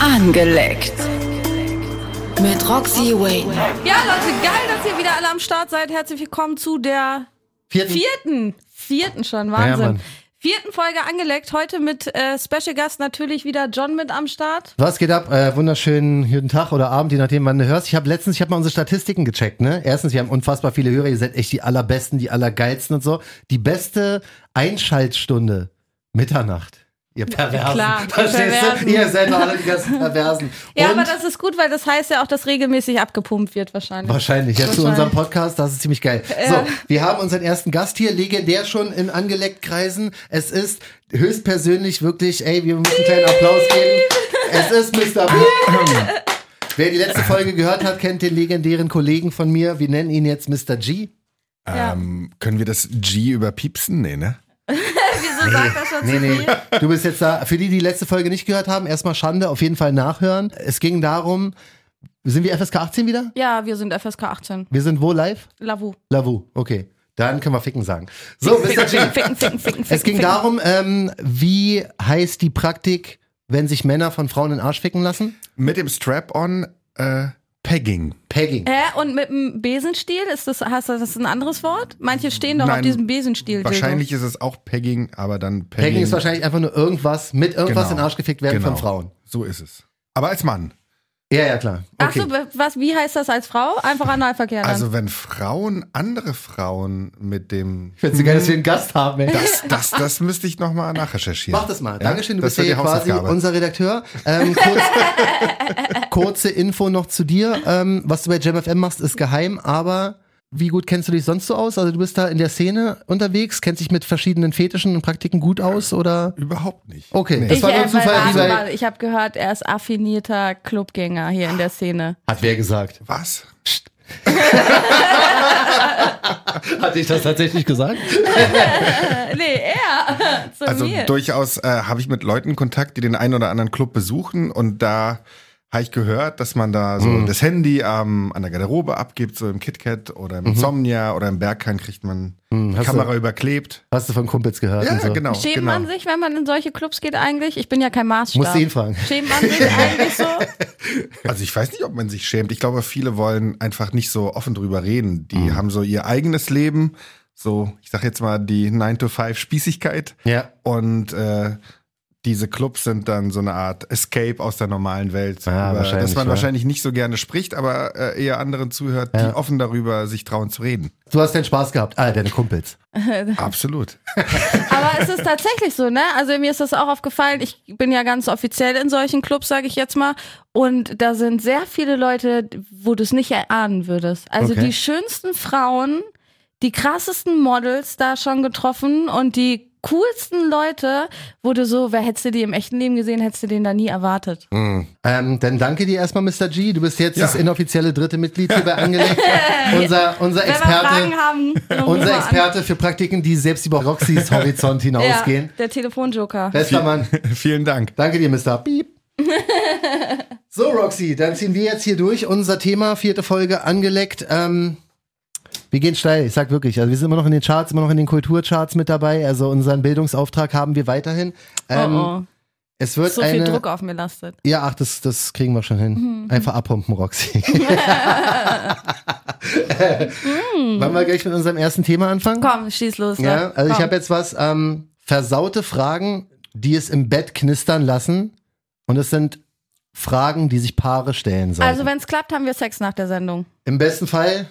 Angeleckt. Mit Roxy Wayne. Ja, Leute, geil, dass ihr wieder alle am Start seid. Herzlich willkommen zu der Vierten. vierten, vierten schon, ja, Wahnsinn. Mann. vierten Folge angeleckt. Heute mit äh, Special Gast natürlich wieder John mit am Start. Was geht ab? Äh, wunderschönen guten Tag oder Abend, je nachdem, wann du hörst. Ich habe letztens, ich habe mal unsere Statistiken gecheckt. Ne? Erstens, wir haben unfassbar viele Hörer. Ihr seid echt die allerbesten, die allergeilsten und so. Die beste Einschaltstunde Mitternacht. Ihr Perversen. Klar, ihr Verstehst Perversen. du? Ihr seid doch alle die ganzen Perversen. Ja, und aber das ist gut, weil das heißt ja auch, dass regelmäßig abgepumpt wird wahrscheinlich. wahrscheinlich. Jetzt zu Wahrscheinlich. unserem Podcast, das ist ziemlich geil. So, wir haben unseren ersten Gast hier, legendär schon in angeleckt Kreisen. Es ist höchstpersönlich wirklich, ey, wir müssen einen kleinen Applaus geben. Es ist Mr. Blue. Wer die letzte Folge gehört hat, kennt den legendären Kollegen von mir. Wir nennen ihn jetzt Mr. G. Ja. Ähm, können wir das G überpiepsen? Nee, ne? Wieso sagt er schon Nee, zu nee. viel? Du bist jetzt da. Für die, die die letzte Folge nicht gehört haben, erstmal Schande, auf jeden Fall nachhören. Es ging darum, sind wir FSK 18 wieder? Ja, wir sind FSK 18. Wir sind wo live? Lavu. Lavu, okay. Dann können wir ficken sagen. So, Mr. G. Ficken, ficken, ficken, Es ging ficken. darum, ähm, wie heißt die Praktik, wenn sich Männer von Frauen in den Arsch ficken lassen? Mit dem Strap-on äh, Pegging. Pegging. Hä? Und mit dem Besenstiel? Ist das, hast du das ein anderes Wort? Manche stehen doch auf Nein. diesem Besenstiel. Wahrscheinlich ist es auch Pegging, aber dann Pegging. Genau. Pegging ist wahrscheinlich einfach nur irgendwas, mit irgendwas in den Arsch gefickt werden von Frauen. So ist es. Aber als Mann. Ja, ja, klar. Ach Okay. so, was, wie heißt das als Frau? Einfach Analverkehr dann. Also wenn Frauen, andere Frauen mit dem... ich find's so geil, dass wir Mhm. einen Gast haben, ey. Das, das, das müsste ich nochmal nachrecherchieren. Mach das mal. Ja? Dankeschön, du das bist ja wird hier die quasi Hausaufgabe. unser Redakteur. Ähm, kurz, kurze Info noch zu dir. Ähm, was du bei JamFM machst, ist geheim, aber wie gut kennst du dich sonst so aus? Also du bist da in der Szene unterwegs, kennst dich mit verschiedenen Fetischen und Praktiken gut aus oder? Überhaupt nicht. Okay, Nee. das war nur ein äh, weil- Zufall. wie warte bei- mal, ich habe gehört, er ist affinierter Clubgänger hier in der Szene. Hat wer gesagt? Was? Hat ich das tatsächlich gesagt? Äh, nee, er. Zu Also mir. durchaus äh, habe ich mit Leuten Kontakt, die den einen oder anderen Club besuchen und da habe ich gehört, dass man da so das Handy ähm, an der Garderobe abgibt, so im KitKat oder im Insomnia oder im Berghain kriegt man die hast Kamera überklebt. Hast du von Kumpels gehört? Ja, und so. genau. Schämt genau. man sich, wenn man in solche Clubs geht eigentlich? Ich bin ja kein Maßstab. Musst du ihn fragen. Schämt man sich eigentlich so? Also ich weiß nicht, ob man sich schämt. Ich glaube, viele wollen einfach nicht so offen drüber reden. Die haben so ihr eigenes Leben, so ich sag jetzt mal die 9-to-5-Spießigkeit Ja. und äh, diese Clubs sind dann so eine Art Escape aus der normalen Welt, Ja, über wahrscheinlich, dass man ja. wahrscheinlich nicht so gerne spricht, aber äh, eher anderen zuhört, Ja. die offen darüber sich trauen zu reden. Du hast deinen Spaß gehabt. Ah, deine Kumpels. Absolut. Aber es ist tatsächlich so, ne? Also mir ist das auch aufgefallen. Ich bin ja ganz offiziell in solchen Clubs, sage ich jetzt mal. Und da sind sehr viele Leute, wo du es nicht erahnen würdest. Also Okay. die schönsten Frauen, die krassesten Models da schon getroffen und die coolsten Leute, wo du so, wer hättest du die im echten Leben gesehen, hättest du den da nie erwartet. Ähm, dann danke dir erstmal, Mr. G. Du bist jetzt Ja. das inoffizielle dritte Mitglied hier bei Angelegt. unser, unser Wenn wir Fragen Experte. haben, rufen wir Unser an. Experte für Praktiken, die selbst über Roxys Horizont ja, hinausgehen. der Telefonjoker. Bester Mann. Vielen Dank. Danke dir, Mr. Piep. so, Roxy, dann ziehen wir jetzt hier durch. Unser Thema, vierte Folge, angeleckt. Ähm, wir gehen steil, ich sag wirklich. Also wir sind immer noch in den Charts, immer noch in den Kulturcharts mit dabei. Also unseren Bildungsauftrag haben wir weiterhin. Ähm, oh, Es oh. wird So viel eine, Druck Mhm. auf mir lastet. Ja, ach, das, das kriegen wir schon hin. Einfach abpumpen, Roxy. Äh, Mhm. Wollen wir gleich mit unserem ersten Thema anfangen? Komm, schieß los. Ja, Ja, also ich Komm. habe jetzt was ähm, versaute Fragen, die es im Bett knistern lassen. Und es sind Fragen, die sich Paare stellen sollten. Also wenn es klappt, haben wir Sex nach der Sendung. Im besten Fall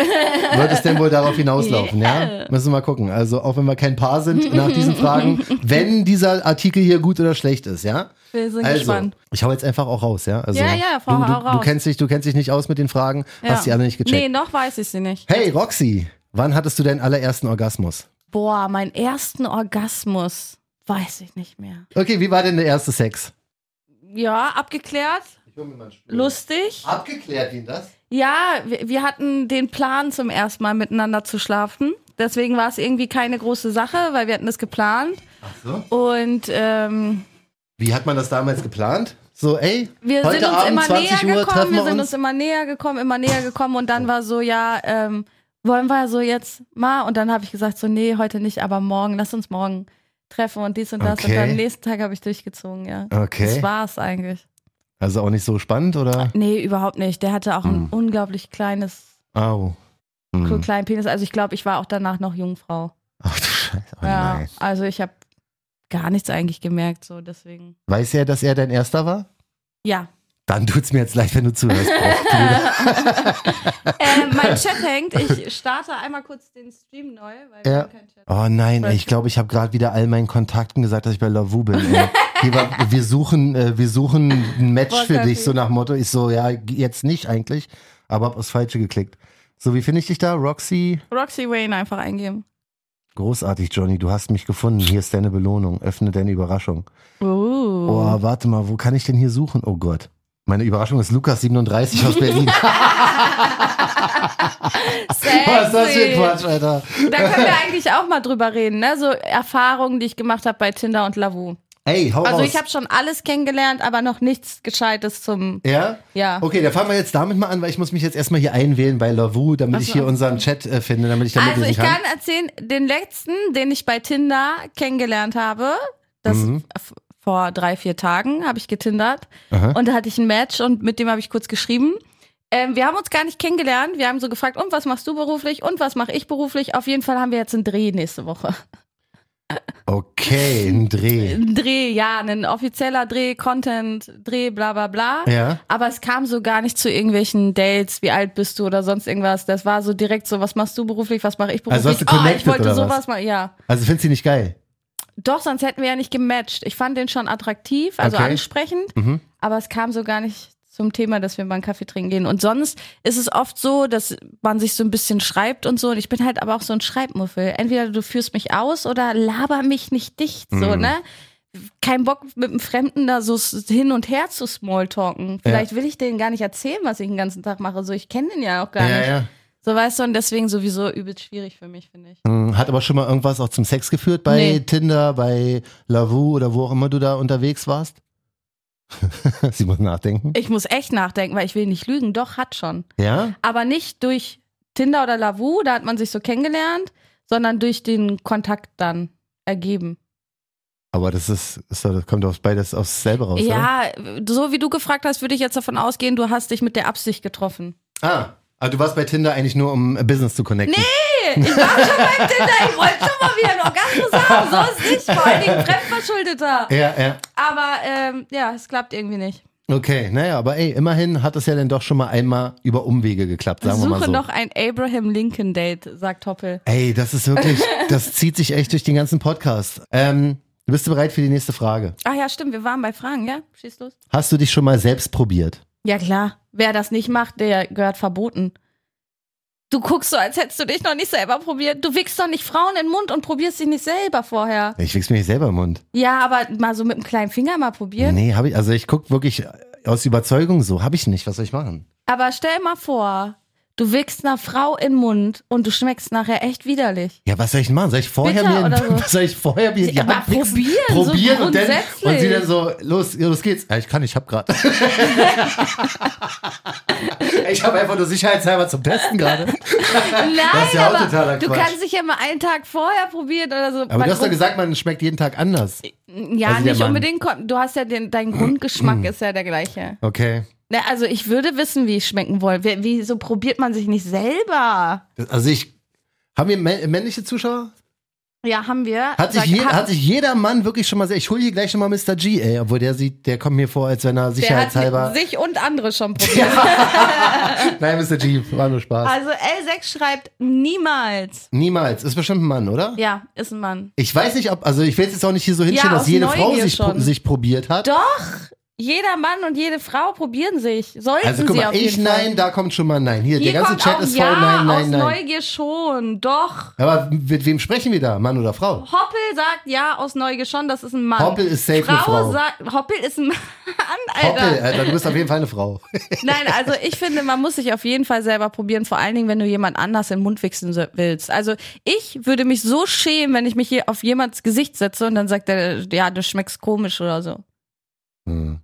wird es denn wohl darauf hinauslaufen, ja? Müssen wir mal gucken. Also auch wenn wir kein Paar sind, nach diesen Fragen, wenn dieser Artikel hier gut oder schlecht ist, ja? Wir sind also, gespannt. ich hau jetzt einfach auch raus, ja? Also, Ja, ja, du, hau- du, hau raus. du kennst dich, du kennst dich nicht aus mit den Fragen, hast die alle nicht Nee, gecheckt. noch weiß ich sie nicht. Hey Roxy, wann hattest du deinen allerersten Orgasmus? Boah, meinen ersten Orgasmus weiß ich nicht mehr. Okay, wie war denn der erste Sex? Ja, abgeklärt, lustig. Abgeklärt ihn das? Ja, wir, wir hatten den Plan zum ersten Mal miteinander zu schlafen. Deswegen war es irgendwie keine große Sache, weil wir hatten es geplant. Ach so. Und ähm, Wie hat man das damals geplant? So, ey, wir heute sind uns Abend immer 20 näher Uhr gekommen, treffen wir wir sind uns. uns immer näher gekommen, immer näher gekommen und dann war so, ja, ähm, wollen wir so jetzt mal? Und dann habe ich gesagt, so, nee, heute nicht, aber morgen, lass uns morgen treffen und dies und das. Okay. Und dann am nächsten Tag habe ich durchgezogen, ja. Okay. Das war's eigentlich. Also auch nicht so spannend, oder? Nee, überhaupt nicht. Der hatte auch ein Hm. unglaublich kleines, Au. Hm. kleinen Penis. Also ich glaube, ich war auch danach noch Jungfrau. Ach du Scheiße. Oh, ja, nein. also ich habe gar nichts eigentlich gemerkt, so deswegen. Weiß er, dass er dein erster war? Ja. Dann tut's mir jetzt leid, wenn du zuhörst. Bruder. Äh, mein Chat hängt. Ich starte einmal kurz den Stream neu, weil wir Ja. haben keinen Chat. oh nein, ey, ich glaube, ich habe gerade wieder all meinen Kontakten gesagt, dass ich bei Lavu bin. Ey. Hier war, wir suchen, äh, wir suchen ein Match für dich, so nach Motto. Ich so, ja, jetzt nicht eigentlich, aber hab aufs Falsche geklickt. So, wie finde ich dich da? Roxy? Roxy Wayne einfach eingeben. Großartig, Johnny, du hast mich gefunden. Hier ist deine Belohnung. Öffne deine Überraschung. Oh. Oh, warte mal, wo kann ich denn hier suchen? Oh Gott. Meine Überraschung ist Lukas 37 aus Berlin. Sexy. Was ist das für ein Quatsch, Alter? Da können wir eigentlich auch mal drüber reden, ne? So Erfahrungen, die ich gemacht habe bei Tinder und Lavu. Ey, hau Also raus. ich habe schon alles kennengelernt, aber noch nichts Gescheites zum. ja? Ja. Okay, dann fangen wir jetzt damit mal an, weil ich muss mich jetzt erstmal hier einwählen bei Lavu, damit ich hier unseren Chat äh, finde, damit ich damit Also lesen ich kann. kann erzählen, den letzten, den ich bei Tinder kennengelernt habe, das Mhm. f- vor drei, vier Tagen habe ich getindert Aha. und da hatte ich ein Match und mit dem habe ich kurz geschrieben. Ähm, wir haben uns gar nicht kennengelernt. Wir haben so gefragt, und was machst du beruflich und was mache ich beruflich? Auf jeden Fall haben wir jetzt einen Dreh nächste Woche. okay, ein Dreh. Ein Dreh, ja, ein offizieller Dreh, Content, Dreh, bla bla bla. Ja. Aber es kam so gar nicht zu irgendwelchen Dates, wie alt bist du oder sonst irgendwas. Das war so direkt so, was machst du beruflich, was mache ich beruflich? Also hast du Ah, ich connected wollte oder sowas was? mal, ja. Also findest du nicht geil? Doch, sonst hätten wir ja nicht gematcht. Ich fand den schon attraktiv, also Okay. ansprechend, Mhm. aber es kam so gar nicht zum Thema, dass wir mal einen Kaffee trinken gehen. Und sonst ist es oft so, dass man sich so ein bisschen schreibt und so. Und ich bin halt aber auch so ein Schreibmuffel. Entweder du führst mich aus oder laber mich nicht dicht, so, Mhm. ne? Kein Bock, mit einem Fremden da so s- hin und her zu smalltalken. Vielleicht will ich denen gar nicht erzählen, was ich den ganzen Tag mache. So, ich kenne den ja auch gar ja, nicht. ja. So, weißt du, und deswegen sowieso übelst schwierig für mich, finde ich. Hm, Hat aber schon mal irgendwas auch zum Sex geführt bei Nee. Tinder, bei Lavu oder wo auch immer du da unterwegs warst? Sie muss nachdenken. Ich muss echt nachdenken, weil ich will nicht lügen. Doch, hat schon. Ja? aber nicht durch Tinder oder Lavu, da hat man sich so kennengelernt, sondern durch den Kontakt dann ergeben. Aber das ist, ist doch- das kommt aufs beides aufs selbe raus. ja, so wie du gefragt hast, würde ich jetzt davon ausgehen, du hast dich mit der Absicht getroffen. Oder? Ah. Aber du warst bei Tinder eigentlich nur, um äh, Business zu connecten. Nee, ich war schon beim Tinder, ich wollte schon mal wieder einen Orgasmus haben, so ist nicht, vor allen Dingen Fremdverschuldeter. Ja, ja. Aber ähm, ja, es klappt irgendwie nicht. Okay, naja, aber ey, immerhin hat es ja dann doch schon mal einmal über Umwege geklappt, sagen wir mal Suche so. noch ein Abraham-Lincoln-Date, sagt Hoppel. Ey, das ist wirklich, das zieht sich echt durch den ganzen Podcast. Ähm, bist du bereit für die nächste Frage? Ach ja, stimmt, wir waren bei Fragen, ja? Schieß los. Hast du dich schon mal selbst probiert? Ja klar, wer das nicht macht, der gehört verboten. Du guckst so, als hättest du dich noch nicht selber probiert. Du wickst doch nicht Frauen in den Mund und probierst dich nicht selber vorher. Ich wichs mir nicht selber im Mund. Ja, aber mal so mit dem kleinen Finger mal probieren. Nee, habe ich, also ich guck wirklich aus Überzeugung so, habe ich nicht, was soll ich machen? Aber stell mal vor, du wickst einer Frau in den Mund und du schmeckst nachher echt widerlich. Ja, was soll ich denn machen? Soll ich vorher Bitter mir, oder so. was soll ich vorher mir die Ja, aber Hand wichsen? probieren, so probieren und dann und sie grundsätzlich. dann so los, ja, los geht's. Ja, ich kann, ich hab grad. ich habe einfach nur sicherheitshalber zum Testen gerade. Nein, ist ja auch aber totaler du Quatsch. kannst dich ja mal einen Tag vorher probieren oder so. Aber Man du hast doch guckt- gesagt, man schmeckt jeden Tag anders. ja, also der nicht Mann- Mm. unbedingt. kon- Du hast ja den, dein Grundgeschmack ist ja der gleiche. Okay. Na, also ich würde wissen, wie ich schmecken wollen. Wie- Wieso probiert man sich nicht selber? Also ich haben wir mä- männliche Zuschauer? Ja, haben wir. Hat sich, Sag- je, hab- hat sich jeder Mann wirklich schon mal sehr. Ich hole hier gleich schon mal Mr. G, ey, obwohl der sieht, der kommt mir vor, als wenn er der hat sicherheitshalber. sich und andere schon probiert. Nein, Mr. G, war nur Spaß. Also L6 schreibt niemals. Niemals. Ist bestimmt ein Mann, oder? Ja, ist ein Mann. Ich weiß nicht, ob, also ich will es jetzt auch nicht hier so hinstellen, Ja, dass aus jede Neugier Frau sich, schon. pro- sich probiert hat. Doch, jeder Mann und jede Frau probieren sich. Sollten also guck sie mal, auf ich jeden nein, Fall. da kommt schon mal nein. Hier, Hier der ganze kommt Chat auch ist voll ja, nein, aus nein, nein. Neugier schon. Doch. Aber mit wem sprechen wir da? Mann oder Frau? Hoppel sagt ja aus Neugier schon, das ist ein Mann. Hoppel ist safe eine Frau. sagt, Hoppel ist ein Mann, Alter. Hoppel, Alter, du bist auf jeden Fall eine Frau. Nein, also ich finde, man muss sich auf jeden Fall selber probieren, vor allen Dingen, wenn du jemand anders in den Mund wichsen so- willst. Also ich würde mich so schämen, wenn ich mich hier auf jemands Gesicht setze und dann sagt er, ja, du schmeckst komisch oder so. Hm.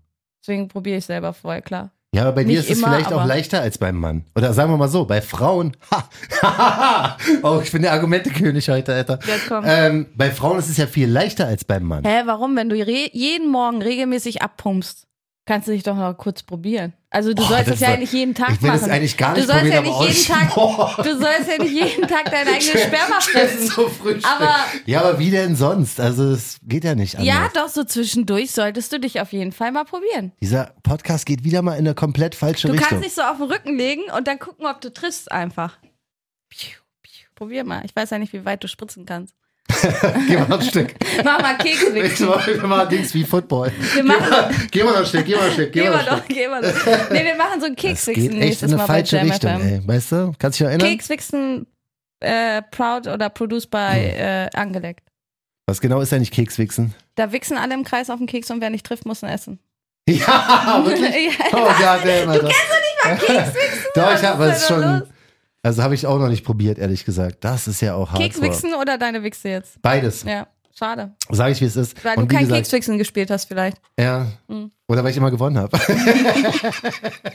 Deswegen probiere ich selber vorher, klar. Ja, aber bei dir Nicht ist es immer, vielleicht auch aber- leichter als beim Mann. Oder sagen wir mal so, bei Frauen. Ha. oh, ich bin der Argumentekönig heute, Alter. Jetzt komm. Ähm, bei Frauen ist es ja viel leichter als beim Mann. Hä, warum, wenn du re jeden Morgen regelmäßig abpumpst? Kannst du dich doch noch kurz probieren. Also du Oh, sollst das es ja war- eigentlich jeden Tag ich will machen. das eigentlich gar nicht du sollst probieren, ja aber nicht jeden oh, Tag, boah. du sollst ja nicht jeden Tag dein eigenes Sperma fressen. so Frühstück. Aber- ja, aber wie denn sonst? Also es geht ja ne. nicht anders. Ja, doch, so zwischendurch solltest du dich auf jeden Fall mal probieren. Dieser Podcast geht wieder mal in eine komplett falsche Du Richtung. kannst dich so auf den Rücken legen und dann gucken, ob du triffst einfach. Piu, piu. Probier mal. Ich weiß ja nicht, wie weit du spritzen kannst. Geh mal ein Stück. Mach mal Kegelwitz. Bitte mal, wir machen Dings wie Football. Wir machen, Geh mal noch ein Stück, geh mal ein Stück, geh geh mal ein mal Stück. doch, geh mal doch. Nee, wir machen so einen Es Kekswichsen geht echt nächstes in eine Mal bei falsche Jam Richtung, FM. ey. Weißt du? Kannst du dich noch erinnern? Kekswichsen äh, proud oder produced by Hm. äh, Angelegt. Was genau ist eigentlich Kekswichsen? Da wichsen alle im Kreis auf den Keks und wer nicht trifft, muss ihn essen. Ja, wirklich? Ja. Oh Gott, ey, Alter. Du kennst doch nicht mal Kekswichsen? Doch, Was ich hab, ist was ist denn da schon. los? Also habe ich auch noch nicht probiert, ehrlich gesagt. Das ist ja auch hart. Kekswichsen oder deine Wichse jetzt? Beides. Ja, schade. Sag ich, wie es ist. Weil Und du wie kein gesagt, Kekswichsen gespielt hast vielleicht. Ja. Hm. Oder weil ich immer gewonnen habe.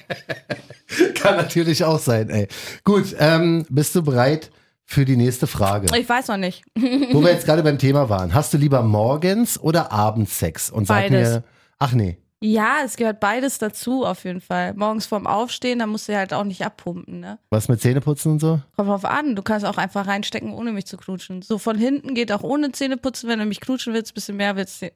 Kann natürlich auch sein, ey. Gut, ähm, bist du bereit für die nächste Frage? Ich weiß noch nicht. Wo wir jetzt gerade beim Thema waren. Hast du lieber morgens oder abends Sex? Und sag Beides. mir, ach nee. Ja, es gehört beides dazu auf jeden Fall. Morgens vorm Aufstehen, da musst du halt auch nicht abpumpen, ne? Was mit Zähneputzen und so? Kommt drauf an, du kannst auch einfach reinstecken, ohne mich zu knutschen. So von hinten geht auch ohne Zähneputzen, wenn du mich knutschen willst, bisschen mehr willst du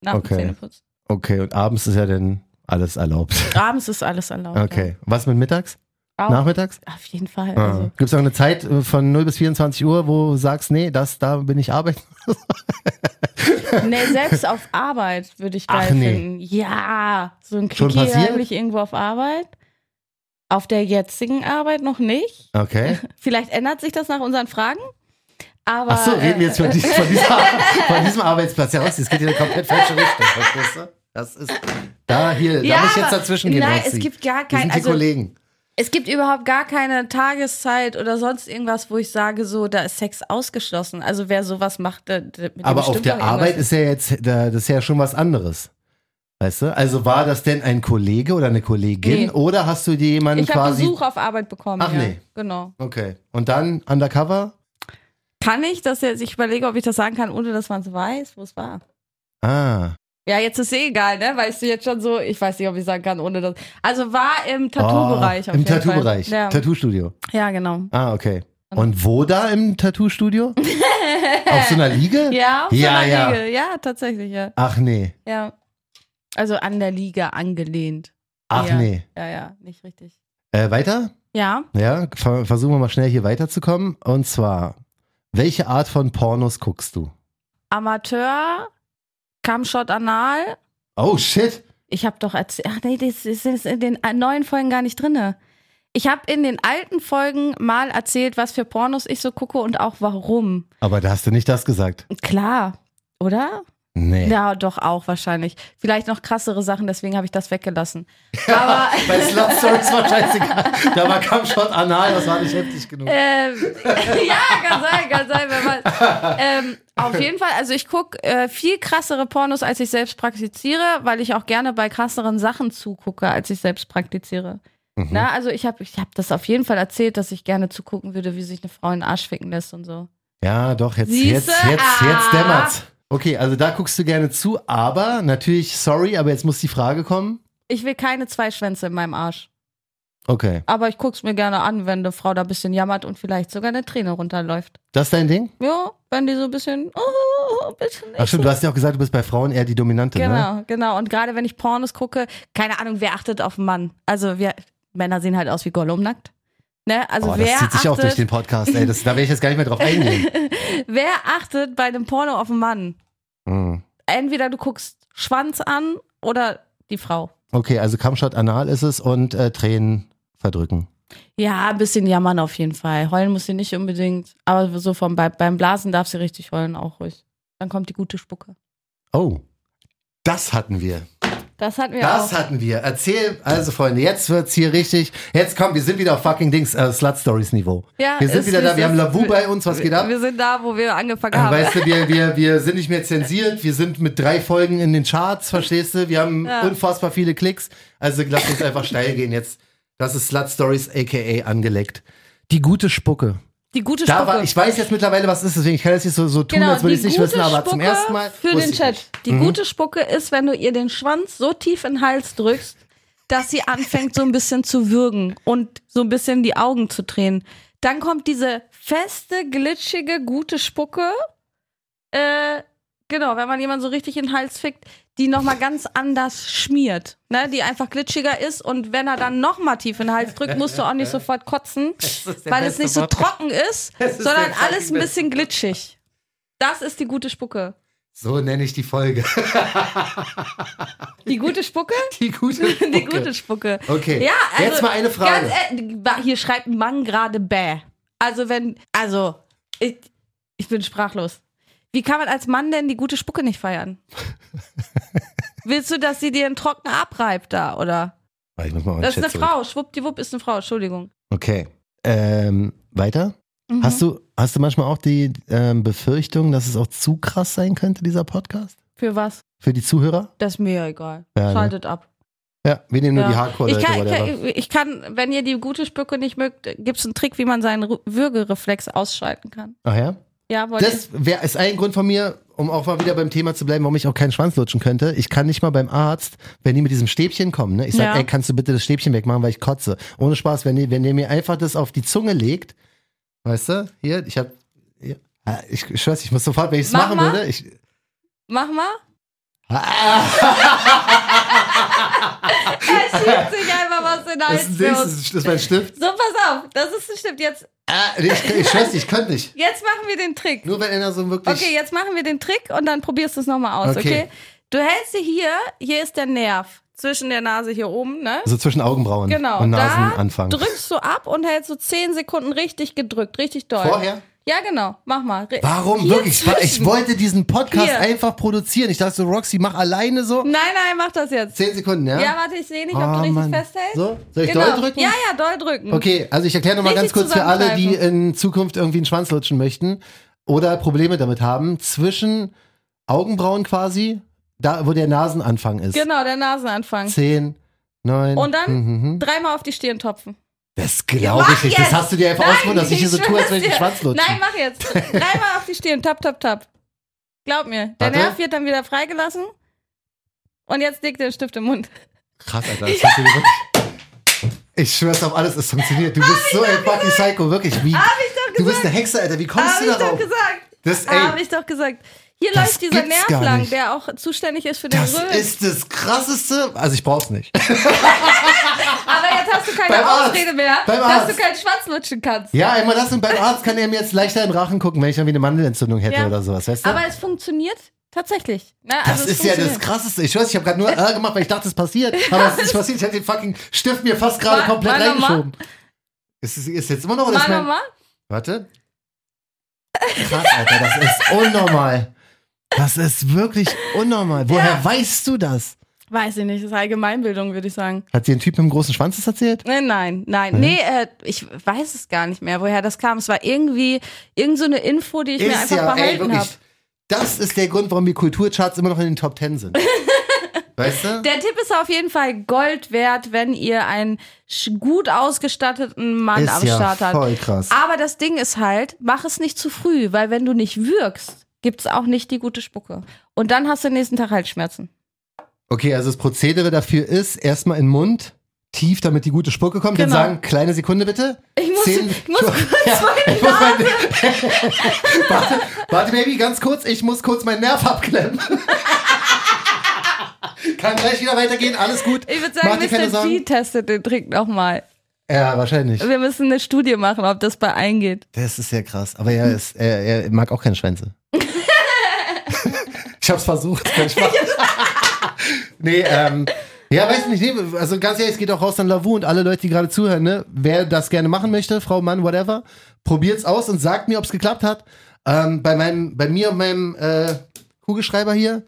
nach Okay. dem Zähneputzen. Okay, und abends ist ja dann alles erlaubt. Abends ist alles erlaubt. Okay. Was mit mittags? Ja. Auch, Nachmittags? Auf jeden Fall. Ah. Also. Gibt es auch eine Zeit äh, von 0 bis 24 Uhr, wo du sagst, nee, das, da bin ich arbeiten? Nee, Also, ne, selbst auf Arbeit würde ich geil Ach, nee. finden. Ja, so ein Schon Quickie passiert? heimlich irgendwo auf Arbeit. Auf der jetzigen Arbeit noch nicht. Okay. Vielleicht ändert sich das nach unseren Fragen. Aber Ach so, reden wir jetzt von, äh, dies- von, dieser, von diesem Arbeitsplatz heraus. Das geht in eine komplett falsche Richtung, verstehst du? Das ist, da hier, Ja, da muss ich jetzt aber- dazwischen gehen. Nein, Roxy. es gibt gar Wir kein, sind die also, Kollegen. es gibt überhaupt gar keine Tageszeit oder sonst irgendwas, wo ich sage, so, da ist Sex ausgeschlossen. Also wer sowas macht, der, der, mit dem Aber auf stimmt der doch irgendwas Arbeit nicht. ist ja jetzt, da, das ist ja schon was anderes. Weißt du? Also war das denn ein Kollege oder eine Kollegin? Nee. Oder hast du dir jemanden Ich habe quasi. Besuch auf Arbeit bekommen. Ach, ja. nee. Genau. Okay. Und dann undercover? Kann ich das jetzt? Ich überlege, ob ich das sagen kann, ohne dass man es weiß, wo es war. Ah. Ja, jetzt ist eh egal, ne? Weißt du jetzt schon so, ich weiß nicht, ob ich sagen kann, ohne das. Also war im Tattoo-Bereich. Oh, auf Im jeden Fall. Tattoo-Bereich. Ja. Tattoo-Studio. ja, genau. Ah, okay. Und wo da im Tattoo-Studio? auf so einer Liege? Ja, auf so Ja, einer ja. Liege. ja, tatsächlich, ja. Ach nee. Ja. Also an der Liga angelehnt. Ach ja. nee. Ja, ja, nicht richtig. Äh, weiter? Ja, Ja, ver versuchen wir mal schnell hier weiterzukommen. Und zwar, welche Art von Pornos guckst du? Amateur, Kamshot Anal. Oh shit. Ich habe doch erzählt, ach nee, das ist das ist in den neuen Folgen gar nicht drinne. Ich habe in den alten Folgen mal erzählt, was für Pornos ich so gucke und auch warum. Aber da hast du nicht das gesagt. Klar, oder? Nee. Ja, doch auch wahrscheinlich. Vielleicht noch krassere Sachen, deswegen habe ich das weggelassen. Aber Bei Slut Stories war scheißegal. Da war Kampfshot anal, das war nicht heftig genug. Ähm, ja, kann sein, kann sein, wenn man. Ähm, auf jeden Fall, also ich gucke äh, viel krassere Pornos, als ich selbst praktiziere, weil ich auch gerne bei krasseren Sachen zugucke, als ich selbst praktiziere. Na, also ich habe ich hab das auf jeden Fall erzählt, dass ich gerne zugucken würde, wie sich eine Frau in den Arsch ficken lässt und so. Ja, doch, jetzt, Siehste? jetzt, jetzt, jetzt Ah. dämmert's. Okay, also da guckst du gerne zu, aber natürlich, sorry, aber jetzt muss die Frage kommen. Ich will keine zwei Schwänze in meinem Arsch. Okay. Aber ich guck's mir gerne an, wenn eine Frau da ein bisschen jammert und vielleicht sogar eine Träne runterläuft. Das ist dein Ding? Ja, wenn die so ein bisschen, oh, ein bisschen. Ach stimmt, du hast ja auch gesagt, du bist bei Frauen eher die Dominante, ne? Genau, genau. Und gerade wenn ich Pornos gucke, keine Ahnung, wer achtet auf einen Mann? Also wir Männer sehen halt aus wie Gollum nackt. Ne? Also Boah, wer, Oh, das zieht sich auch durch achtet, den Podcast, ey. Das, da werde ich jetzt gar nicht mehr drauf eingehen. wer achtet bei einem Porno auf einen Mann? Mhm. Entweder du guckst Schwanz an oder die Frau. Okay, also Kampfshot anal ist es und äh, Tränen verdrücken. Ja, ein bisschen jammern auf jeden Fall. Heulen muss sie nicht unbedingt. Aber so vom, bei, beim Blasen darf sie richtig heulen, auch ruhig. Dann kommt die gute Spucke. Oh, das hatten wir. Das hatten wir Das auch. hatten wir. Erzähl, also Freunde, jetzt wird's hier richtig. Jetzt komm, wir sind wieder auf fucking Dings, äh, Slut Stories Niveau. Ja, wir sind es- wieder da, es- wir haben es- Lavu bei uns, was geht ab? Wir sind da, wo wir angefangen haben. Äh, Weißt du, wir, wir, wir sind nicht mehr zensiert, wir sind mit drei Folgen in den Charts, verstehst du? Wir haben unfassbar viele Klicks. Also lass uns einfach steil gehen jetzt. Das ist Slut Stories, aka angelegt. Die gute Spucke. Die gute Da Spucke. war, ich weiß jetzt mittlerweile, was ist, deswegen ich kann das jetzt so, so Genau, tun, als würde ich es nicht wissen, aber zum ersten Mal. Für wusste den ich Chat. nicht. Mhm. Die gute Spucke ist, wenn du ihr den Schwanz so tief in den Hals drückst, dass sie anfängt, so ein bisschen zu würgen und so ein bisschen die Augen zu drehen. Dann kommt diese feste, glitschige, gute Spucke. Äh, genau, wenn man jemanden so richtig in den Hals fickt, die nochmal ganz anders schmiert. Ne? Die einfach glitschiger ist und wenn er dann nochmal tief in den Hals drückt, musst du auch nicht sofort kotzen, ist der weil es beste nicht so Wort. trocken ist, Das ist sondern der alles fucking ein bisschen glitschig. Das ist die gute Spucke. So nenne ich die Folge. Die gute Spucke? Die gute Spucke. Die gute Spucke. Okay. Ja, also, Jetzt mal eine Frage. Ganz, ehrlich, wa- hier schreibt ein Mann gerade bäh. Also wenn, also ich, ich bin sprachlos. Wie kann man als Mann denn die gute Spucke nicht feiern? Willst du, dass sie dir einen Trocken abreibt da, oder? Ah, ich muss mal auf den Das ist Chat eine zurück. Frau, schwuppdiwupp ist eine Frau, Entschuldigung. Okay. Ähm, weiter? Mhm. Hast, du, hast du manchmal auch die ähm, Befürchtung, dass es auch zu krass sein könnte, dieser Podcast? Für was? Für die Zuhörer? Das ist mir egal. Ja, ne? Schaltet ab. Ja, wir nehmen Ja. nur die Hardcore-Leute. Ich kann, whatever. kann, ich kann, wenn ihr die gute Spucke nicht mögt, gibt es einen Trick, wie man seinen Ru- Würgereflex ausschalten kann. Ach ja? Ja, wollt ihr? Das wär, ist ein Grund von mir, um auch mal wieder beim Thema zu bleiben, warum ich auch keinen Schwanz lutschen könnte. Ich kann nicht mal beim Arzt, wenn die mit diesem Stäbchen kommen, ne? ich sage, Ja. ey, kannst du bitte das Stäbchen wegmachen, weil ich kotze. Ohne Spaß, wenn, die, wenn der mir einfach das auf die Zunge legt, weißt du, hier, ich hab, hier, Ah, ich schwör's, ich muss sofort, wenn ich es Mach machen mal. würde, ich, Mach mal. ah, Er schiebt sich einfach was in den das, Hals. ist, für das, uns. ist, das ist mein Stift. So, pass auf, das ist bestimmt jetzt. Ah, nee, ich, ich schwör's, ich könnte nicht. Jetzt machen wir den Trick. Nur wenn einer so wirklich, Okay, jetzt machen wir den Trick und dann probierst du es nochmal aus, Okay. okay. Du hältst sie hier, hier ist der Nerv zwischen der Nase hier oben, ne? so zwischen Augenbrauen Genau. und da Nasenanfang. drückst du ab und hältst so 10 Sekunden richtig gedrückt, richtig doll. Vorher? Ja, genau. Mach mal. Re- Warum hier wirklich? Ich, war- ich zwischen. wollte diesen Podcast Hier. einfach produzieren. Ich dachte so, Roxy, mach alleine so. Nein, nein, mach das jetzt. Zehn Sekunden, ja? Ja, warte, ich sehe nicht, ob Ah, du richtig Mann. festhältst. Genau. So? Soll ich doll drücken? Ja, ja, doll drücken. Okay, also ich erkläre nochmal ganz Richtig kurz für alle, die zusammenkneifen. in Zukunft irgendwie einen Schwanz lutschen möchten oder Probleme damit haben. Zwischen Augenbrauen quasi, da wo der Nasenanfang ist. Genau, der Nasenanfang. Zehn, neun. Und dann? Mhm. Dreimal auf die Stirn topfen. Das glaube Mach ich nicht. jetzt! Das hast du dir einfach ausgemacht, dass ich hier so tue, als wenn ich einen schwör's Schwanz dir. lutsche. Nein, mach jetzt. Dreimal auf die Stirn. Tap, tap, tap. Glaub mir. Der Warte. Nerv wird dann wieder freigelassen. Und jetzt leg den Stift im Mund. Krass, Alter. Das hast du dir wirklich. Ich schwör's auf alles, es funktioniert. Du bist so ein fucking Psycho, wirklich. Wie, ich doch du bist eine Hexe, Alter. Wie kommst Hab du ich doch darauf? gesagt. Das, ey, Hab ich doch gesagt. Hier Das läuft dieser gibt's Nerv gar lang, nicht. der auch zuständig ist für den das Rücken. ist das krasseste. Also ich brauch's nicht. Aber jetzt hast du Beim keine Arzt. Ausrede mehr, Beim dass du Arzt. keinen Schwanz lutschen kannst. Ja, einmal das und beim Arzt kann er mir jetzt leichter in den Rachen gucken, wenn ich irgendwie eine Mandelentzündung hätte Ja. oder sowas, weißt du? Aber es funktioniert tatsächlich. Ne? das also es ist ja das funktioniert. krassest. Ich weiß, ich habe gerade nur R gemacht, weil ich dachte, es passiert. Aber es ist nicht passiert. Ich habe den fucking Stift mir fast gerade Mal- mal komplett noch mal. reingeschoben. Ist, es- ist jetzt immer noch oder ist Mal mein, nochmal. Warte. Krass, Alter, das ist unnormal. Das ist wirklich unnormal. Woher weißt du das? Weiß ich nicht, das ist Allgemeinbildung, würde ich sagen. Hat dir ein Typ mit einem großen Schwanz das erzählt? Nein, Ne, nein, Mhm. nein. Nee, äh, ich weiß es gar nicht mehr, woher das kam. Es war irgendwie irgend so eine Info, die ich mir einfach behalten habe. Das ist der Grund, warum die Kulturcharts immer noch in den Top Ten sind. weißt du? Der Tipp ist auf jeden Fall Gold wert, wenn ihr einen sch- gut ausgestatteten Mann ist am ja Start habt. voll krass. Aber das Ding ist halt, mach es nicht zu früh, weil wenn du nicht wirkst, gibt's auch nicht die gute Spucke. Und dann hast du den nächsten Tag Halsschmerzen. Okay, also das Prozedere dafür ist, erstmal in den Mund, tief, damit die gute Spucke kommt, dann Genau. sagen, kleine Sekunde bitte. Ich muss- ich muss kurz meine Nase. warte, warte, Baby, ganz kurz, ich muss kurz meinen Nerv abklemmen. Kann gleich wieder weitergehen, alles gut. Ich würde Mach sagen, dir keine Mr. G Sorgen. testet den Trick nochmal. Ja, wahrscheinlich. Wir müssen eine Studie machen, ob das bei eingeht. Das ist ja krass. Aber er, ist, er, er mag auch keine Schwänze. ich hab's versucht. Kein Spaß. nee, ähm. Ja, weiß nicht, nee, also ganz ehrlich, es geht auch raus an Lavu und alle Leute, die gerade zuhören, ne? Wer das gerne machen möchte, Frau, Mann, whatever, probiert's aus und sagt mir, ob's geklappt hat. Ähm, bei meinem, bei mir und meinem äh, Kugelschreiber hier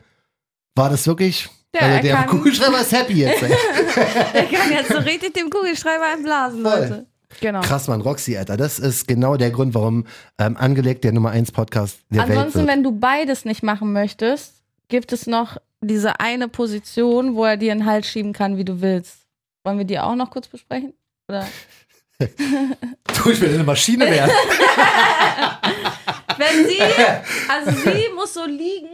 war das wirklich. Ja, also er der kann- Kugelschreiber ist happy jetzt. Ey. Der kann jetzt so richtig dem Kugelschreiber einblasen, Voll. Leute. Genau. Krass, Mann, Roxy, Alter. Das ist genau der Grund, warum ähm, angelegt der Nummer 1 Podcast der Welt Ansonsten, wird. wenn du beides nicht machen möchtest, gibt es noch diese eine Position, wo er dir in den Hals schieben kann, wie du willst. Wollen wir die auch noch kurz besprechen? Oder? Du, ich will eine Maschine werden. Wenn sie, also sie muss so liegen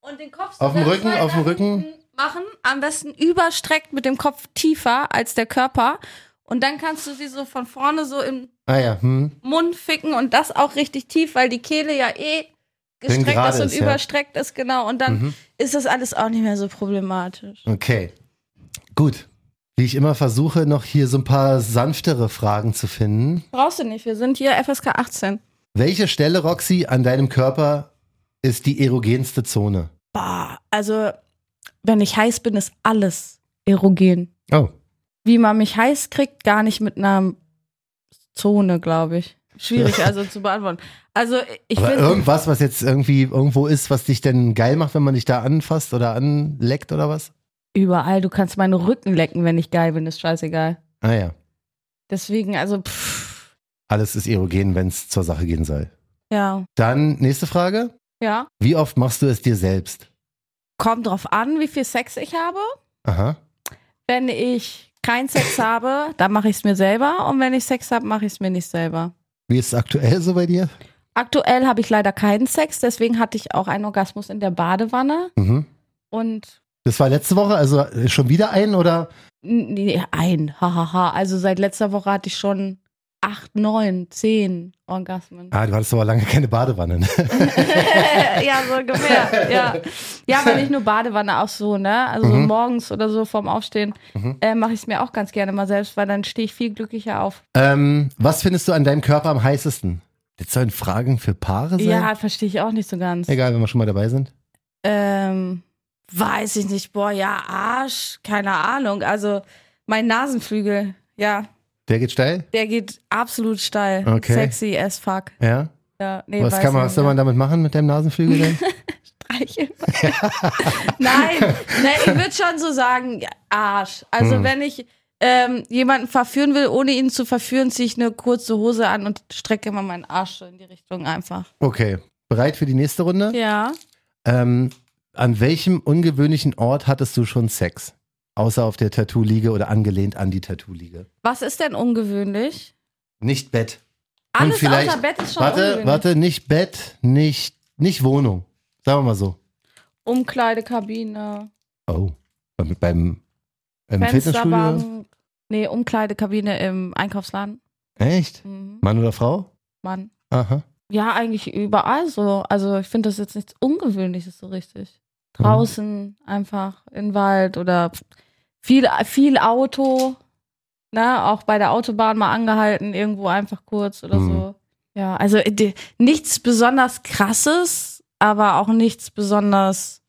und den Kopf so Auf dem ganz Rücken, weit auf dem nach Rücken. hinten machen, am besten überstreckt mit dem Kopf tiefer als der Körper und dann kannst du sie so von vorne so im Ah ja, hm. Mund ficken und das auch richtig tief, weil die Kehle ja eh Wenn gestreckt gerade ist und ist, ja. Mhm. überstreckt ist, genau. Und dann ist das alles auch nicht mehr so problematisch. Okay. Gut. Wie ich immer versuche, noch hier so ein paar sanftere Fragen zu finden. Brauchst du nicht, wir sind hier FSK 18. Welche Stelle, Roxy, an deinem Körper ist die erogenste Zone? Bah, also wenn ich heiß bin, ist alles erogen. Oh. Wie man mich heiß kriegt, gar nicht mit einer Zone, glaube ich. Schwierig also zu beantworten. Also ich Aber finde, irgendwas, was jetzt irgendwie irgendwo ist, was dich denn geil macht, wenn man dich da anfasst oder anleckt oder was? überall, du kannst meinen Rücken lecken, wenn ich geil bin, ist scheißegal. Ah ja. Deswegen, also pff, Alles ist erogen, wenn es zur Sache gehen soll. ja, Dann nächste Frage. ja. Wie oft machst du es dir selbst? Kommt drauf an, wie viel Sex ich habe. Aha. Wenn ich keinen Sex habe, dann mache ich es mir selber. Und wenn ich Sex habe, mache ich es mir nicht selber. Wie ist es aktuell so bei dir? Aktuell habe ich leider keinen Sex, deswegen hatte ich auch einen Orgasmus in der Badewanne. Mhm. Und Das war letzte Woche, also äh, schon wieder ein oder? nee, ein, hahaha. Also seit letzter Woche hatte ich schon acht, neun, zehn Orgasmen. Ah, du hattest aber lange keine Badewanne. Ne? ja, so ungefähr. Ja. ja, aber nicht nur Badewanne, auch so, ne? Also so Mhm. morgens oder so vorm Aufstehen Mhm. äh, mache ich es mir auch ganz gerne mal selbst, weil dann stehe ich viel glücklicher auf. Ähm, was findest du an deinem Körper am heißesten? Das sollen Fragen für Paare sein? Ja, verstehe ich auch nicht so ganz. Also Egal, wenn wir schon mal dabei sind. Ähm, weiß ich nicht. Boah, ja, Arsch. Keine Ahnung. Also, mein Nasenflügel, ja, Der geht steil? der geht absolut steil. Okay. Sexy as fuck. Ja. Ja, nee, was weiß kann man, nicht, was soll man damit machen mit deinem Nasenflügel denn? Streicheln. Nein, nee, ich würde schon so sagen, ja, Arsch. Also, Hm. wenn ich ähm, jemanden verführen will, ohne ihn zu verführen, ziehe ich eine kurze Hose an und strecke immer meinen Arsch so in die Richtung einfach. Okay. Bereit für die nächste Runde? Ja. Ähm, an welchem ungewöhnlichen Ort hattest du schon Sex? Außer auf der Tattoo-Liege oder angelehnt an die Tattoo-Liege. Was ist denn ungewöhnlich? Nicht Bett. Und Alles vielleicht- außer Bett ist schon Warte, ungewöhnlich. warte, nicht Bett, nicht, nicht Wohnung. Sagen wir mal so. Umkleidekabine. Oh. Beim, beim, beim Fitnessstudio? Fensterbank. Nee, Umkleidekabine im Einkaufsladen. Echt? Mhm. Mann oder Frau? Mann. Aha. Ja, eigentlich überall so. Also ich finde das jetzt nichts Ungewöhnliches so richtig. Draußen einfach im Wald oder viel, viel Auto. Na, auch bei der Autobahn mal angehalten, irgendwo einfach kurz oder Mhm. so. Ja, also äh, die, nichts besonders krasses, aber auch nichts besonders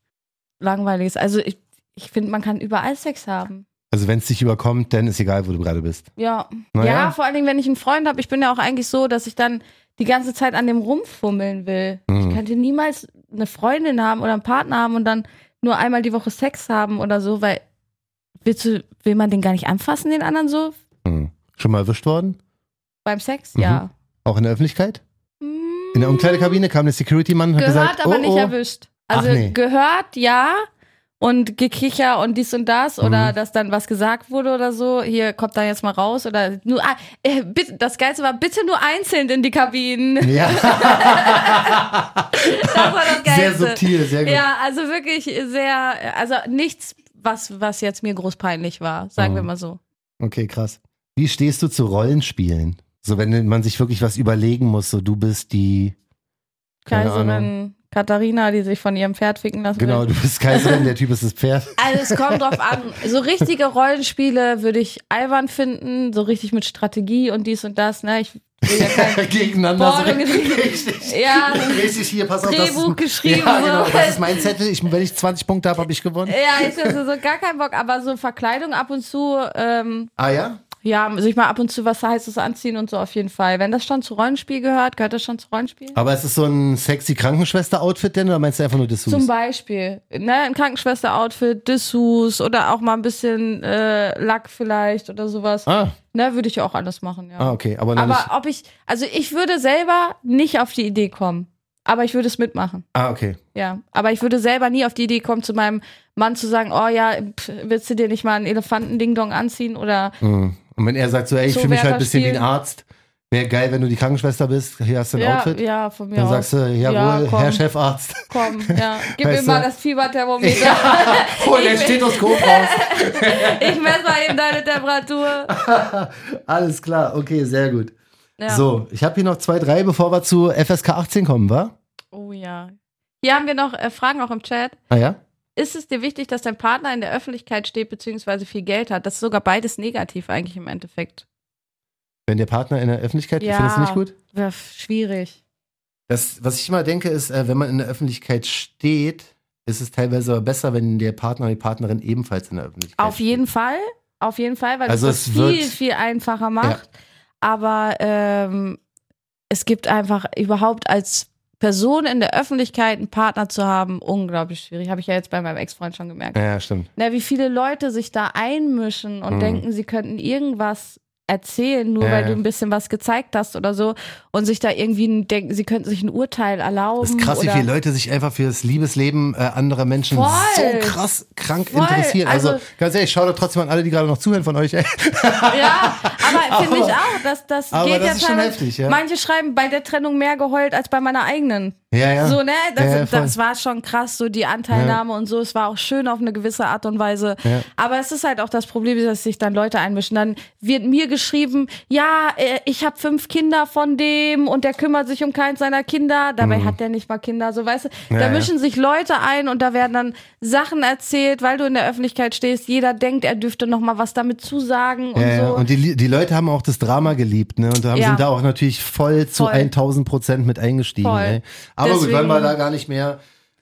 langweiliges. Also ich, ich finde, man kann überall Sex haben. Also wenn es dich überkommt, dann ist egal, wo du gerade bist. Ja. Naja. Ja, vor allen Dingen, wenn ich einen Freund habe, ich bin ja auch eigentlich so, dass ich dann die ganze Zeit an dem rumfummeln will. Ich Mhm. könnte niemals eine Freundin haben oder einen Partner haben und dann nur einmal die Woche Sex haben oder so, weil willst du, will man den gar nicht anfassen, den anderen so? Mhm. Schon mal erwischt worden? Beim Sex? Mhm. Ja. Auch in der Öffentlichkeit? In In der Umkleidekabine kam der Security-Mann und hat Gehört, gesagt, aber oh, nicht oh. erwischt. Also Ach, nee. gehört, ja. Und gekicher und dies und das Mhm. oder dass dann was gesagt wurde oder so. Hier kommt da jetzt mal raus oder nur ah, äh, bitte, das Geilste war bitte nur einzeln in die Kabinen. Ja, Das war das sehr Geilste. subtil, sehr gut. Ja, also wirklich sehr, also nichts, was, was jetzt mir groß peinlich war, sagen Mhm. wir mal so. Okay, krass. Wie stehst du zu Rollenspielen? So, wenn man sich wirklich was überlegen muss, so du bist die keine Ahnung. Kaiserin Katharina, die sich von ihrem Pferd ficken lassen Genau, will. du bist Kaiserin, der Typ ist das Pferd. Also es kommt drauf an. So richtige Rollenspiele würde ich albern finden, so richtig mit Strategie und dies und das. Ne? Ich will ja kein Gegeneinander. Boah, so richtig- richtig, ja, richtig hier, pass auf, das Drehbuch ist, geschrieben, Ja, genau, so. das ist mein Zettel. Ich, wenn ich 20 Punkte habe, habe ich gewonnen. ja, ich hätte so gar keinen Bock, aber so Verkleidung ab und zu, ähm, Ah ja? ja, sich mal ab und zu was Heißes anziehen und so auf jeden Fall. Wenn das schon zu Rollenspiel gehört, gehört das schon zu Rollenspiel? Aber ist es so ein sexy Krankenschwester-Outfit denn oder meinst du einfach nur Dessous? Zum Beispiel, ne, ein Krankenschwester-Outfit, Dessous oder auch mal ein bisschen äh, Lack vielleicht oder sowas. Ah, Ne, würde ich auch alles machen, ja. ah, okay. Aber, noch Aber nicht, ob ich, also ich würde selber nicht auf die Idee kommen. Aber ich würde es mitmachen, ah, okay. ja. Aber ich würde selber nie auf die Idee kommen, zu meinem Mann zu sagen, oh ja, pf, willst du dir nicht mal einen Elefanten-Ding-Dong anziehen oder Hm. Und Und wenn er sagt so, ey, ich So fühle mich halt ein Werther bisschen wie ein spielen. Arzt, wäre geil, wenn du die Krankenschwester bist, hier hast du ein ja, Outfit. ja, von mir Dann aus. sagst du, jawohl, komm, Herr Chefarzt. Komm, ja. Gib Weißt mir mal du? das Fieberthermometer. Hol dein Stethoskop raus. Ich messe mal eben deine Temperatur. Alles klar, okay, sehr gut. Ja. So, ich habe hier noch zwei, drei, bevor wir zu FSK 18 kommen, wa? Oh ja. Hier haben wir noch äh, Fragen auch im Chat. Ah ja? Ist es dir wichtig, dass dein Partner in der Öffentlichkeit steht bzw. viel Geld hat? Das ist sogar beides negativ eigentlich im Endeffekt. Wenn der Partner in der Öffentlichkeit, Ja. findest du nicht gut? Wäre schwierig. Das, was ich immer denke, ist, äh, wenn man in der Öffentlichkeit steht, ist es teilweise aber besser, wenn der Partner oder die Partnerin ebenfalls in der Öffentlichkeit Auf jeden Fall, auf jeden Fall, weil Also das es das wird- viel, viel einfacher macht. Aber ähm, es gibt einfach überhaupt als Person in der Öffentlichkeit einen Partner zu haben, unglaublich schwierig. Habe ich ja jetzt bei meinem Ex-Freund schon gemerkt. Ja, stimmt. Na, wie viele Leute sich da einmischen und Mhm. denken, sie könnten irgendwas erzählen, nur Ja, weil ja. du ein bisschen was gezeigt hast oder so und sich da irgendwie ein- denken, sie könnten sich ein Urteil erlauben. Das ist krass, wie Hm, oder viele Leute sich einfach für das Liebesleben äh, anderer Menschen Voll. so krass krank Voll. interessieren. Also, Also- ganz ehrlich, schau da trotzdem an alle, die gerade noch zuhören von euch. ey. Ja, aber finde ich auch, dass das aber geht das ja ist schon teilweise- heftig, ja. Manche schreiben bei der Trennung mehr geheult als bei meiner eigenen. ja, ja. So, ne? Das, Ja, ja, voll. das war schon krass, so die Anteilnahme und so. Es war auch schön auf eine gewisse Art und Weise. Ja. Aber es ist halt auch das Problem, dass sich dann Leute einmischen. Dann wird mir geschrieben, ja, äh, ich habe fünf Kinder von dem und der kümmert sich um keins seiner Kinder. Dabei hat der nicht mal Kinder, so weißt du. Mhm. Ja, ja. da mischen sich Leute ein und da werden dann Sachen erzählt, weil du in der Öffentlichkeit stehst. Jeder denkt, er dürfte noch mal was damit zusagen und Ja, ja. so. und die, Lie- die Leute haben auch das Drama geliebt, ne? Und haben, Ja. sind da auch natürlich voll zu Voll. 1000 Prozent mit eingestiegen. Voll. Ey. Aber gut, Deswegen- wollen wir da gar nicht mehr.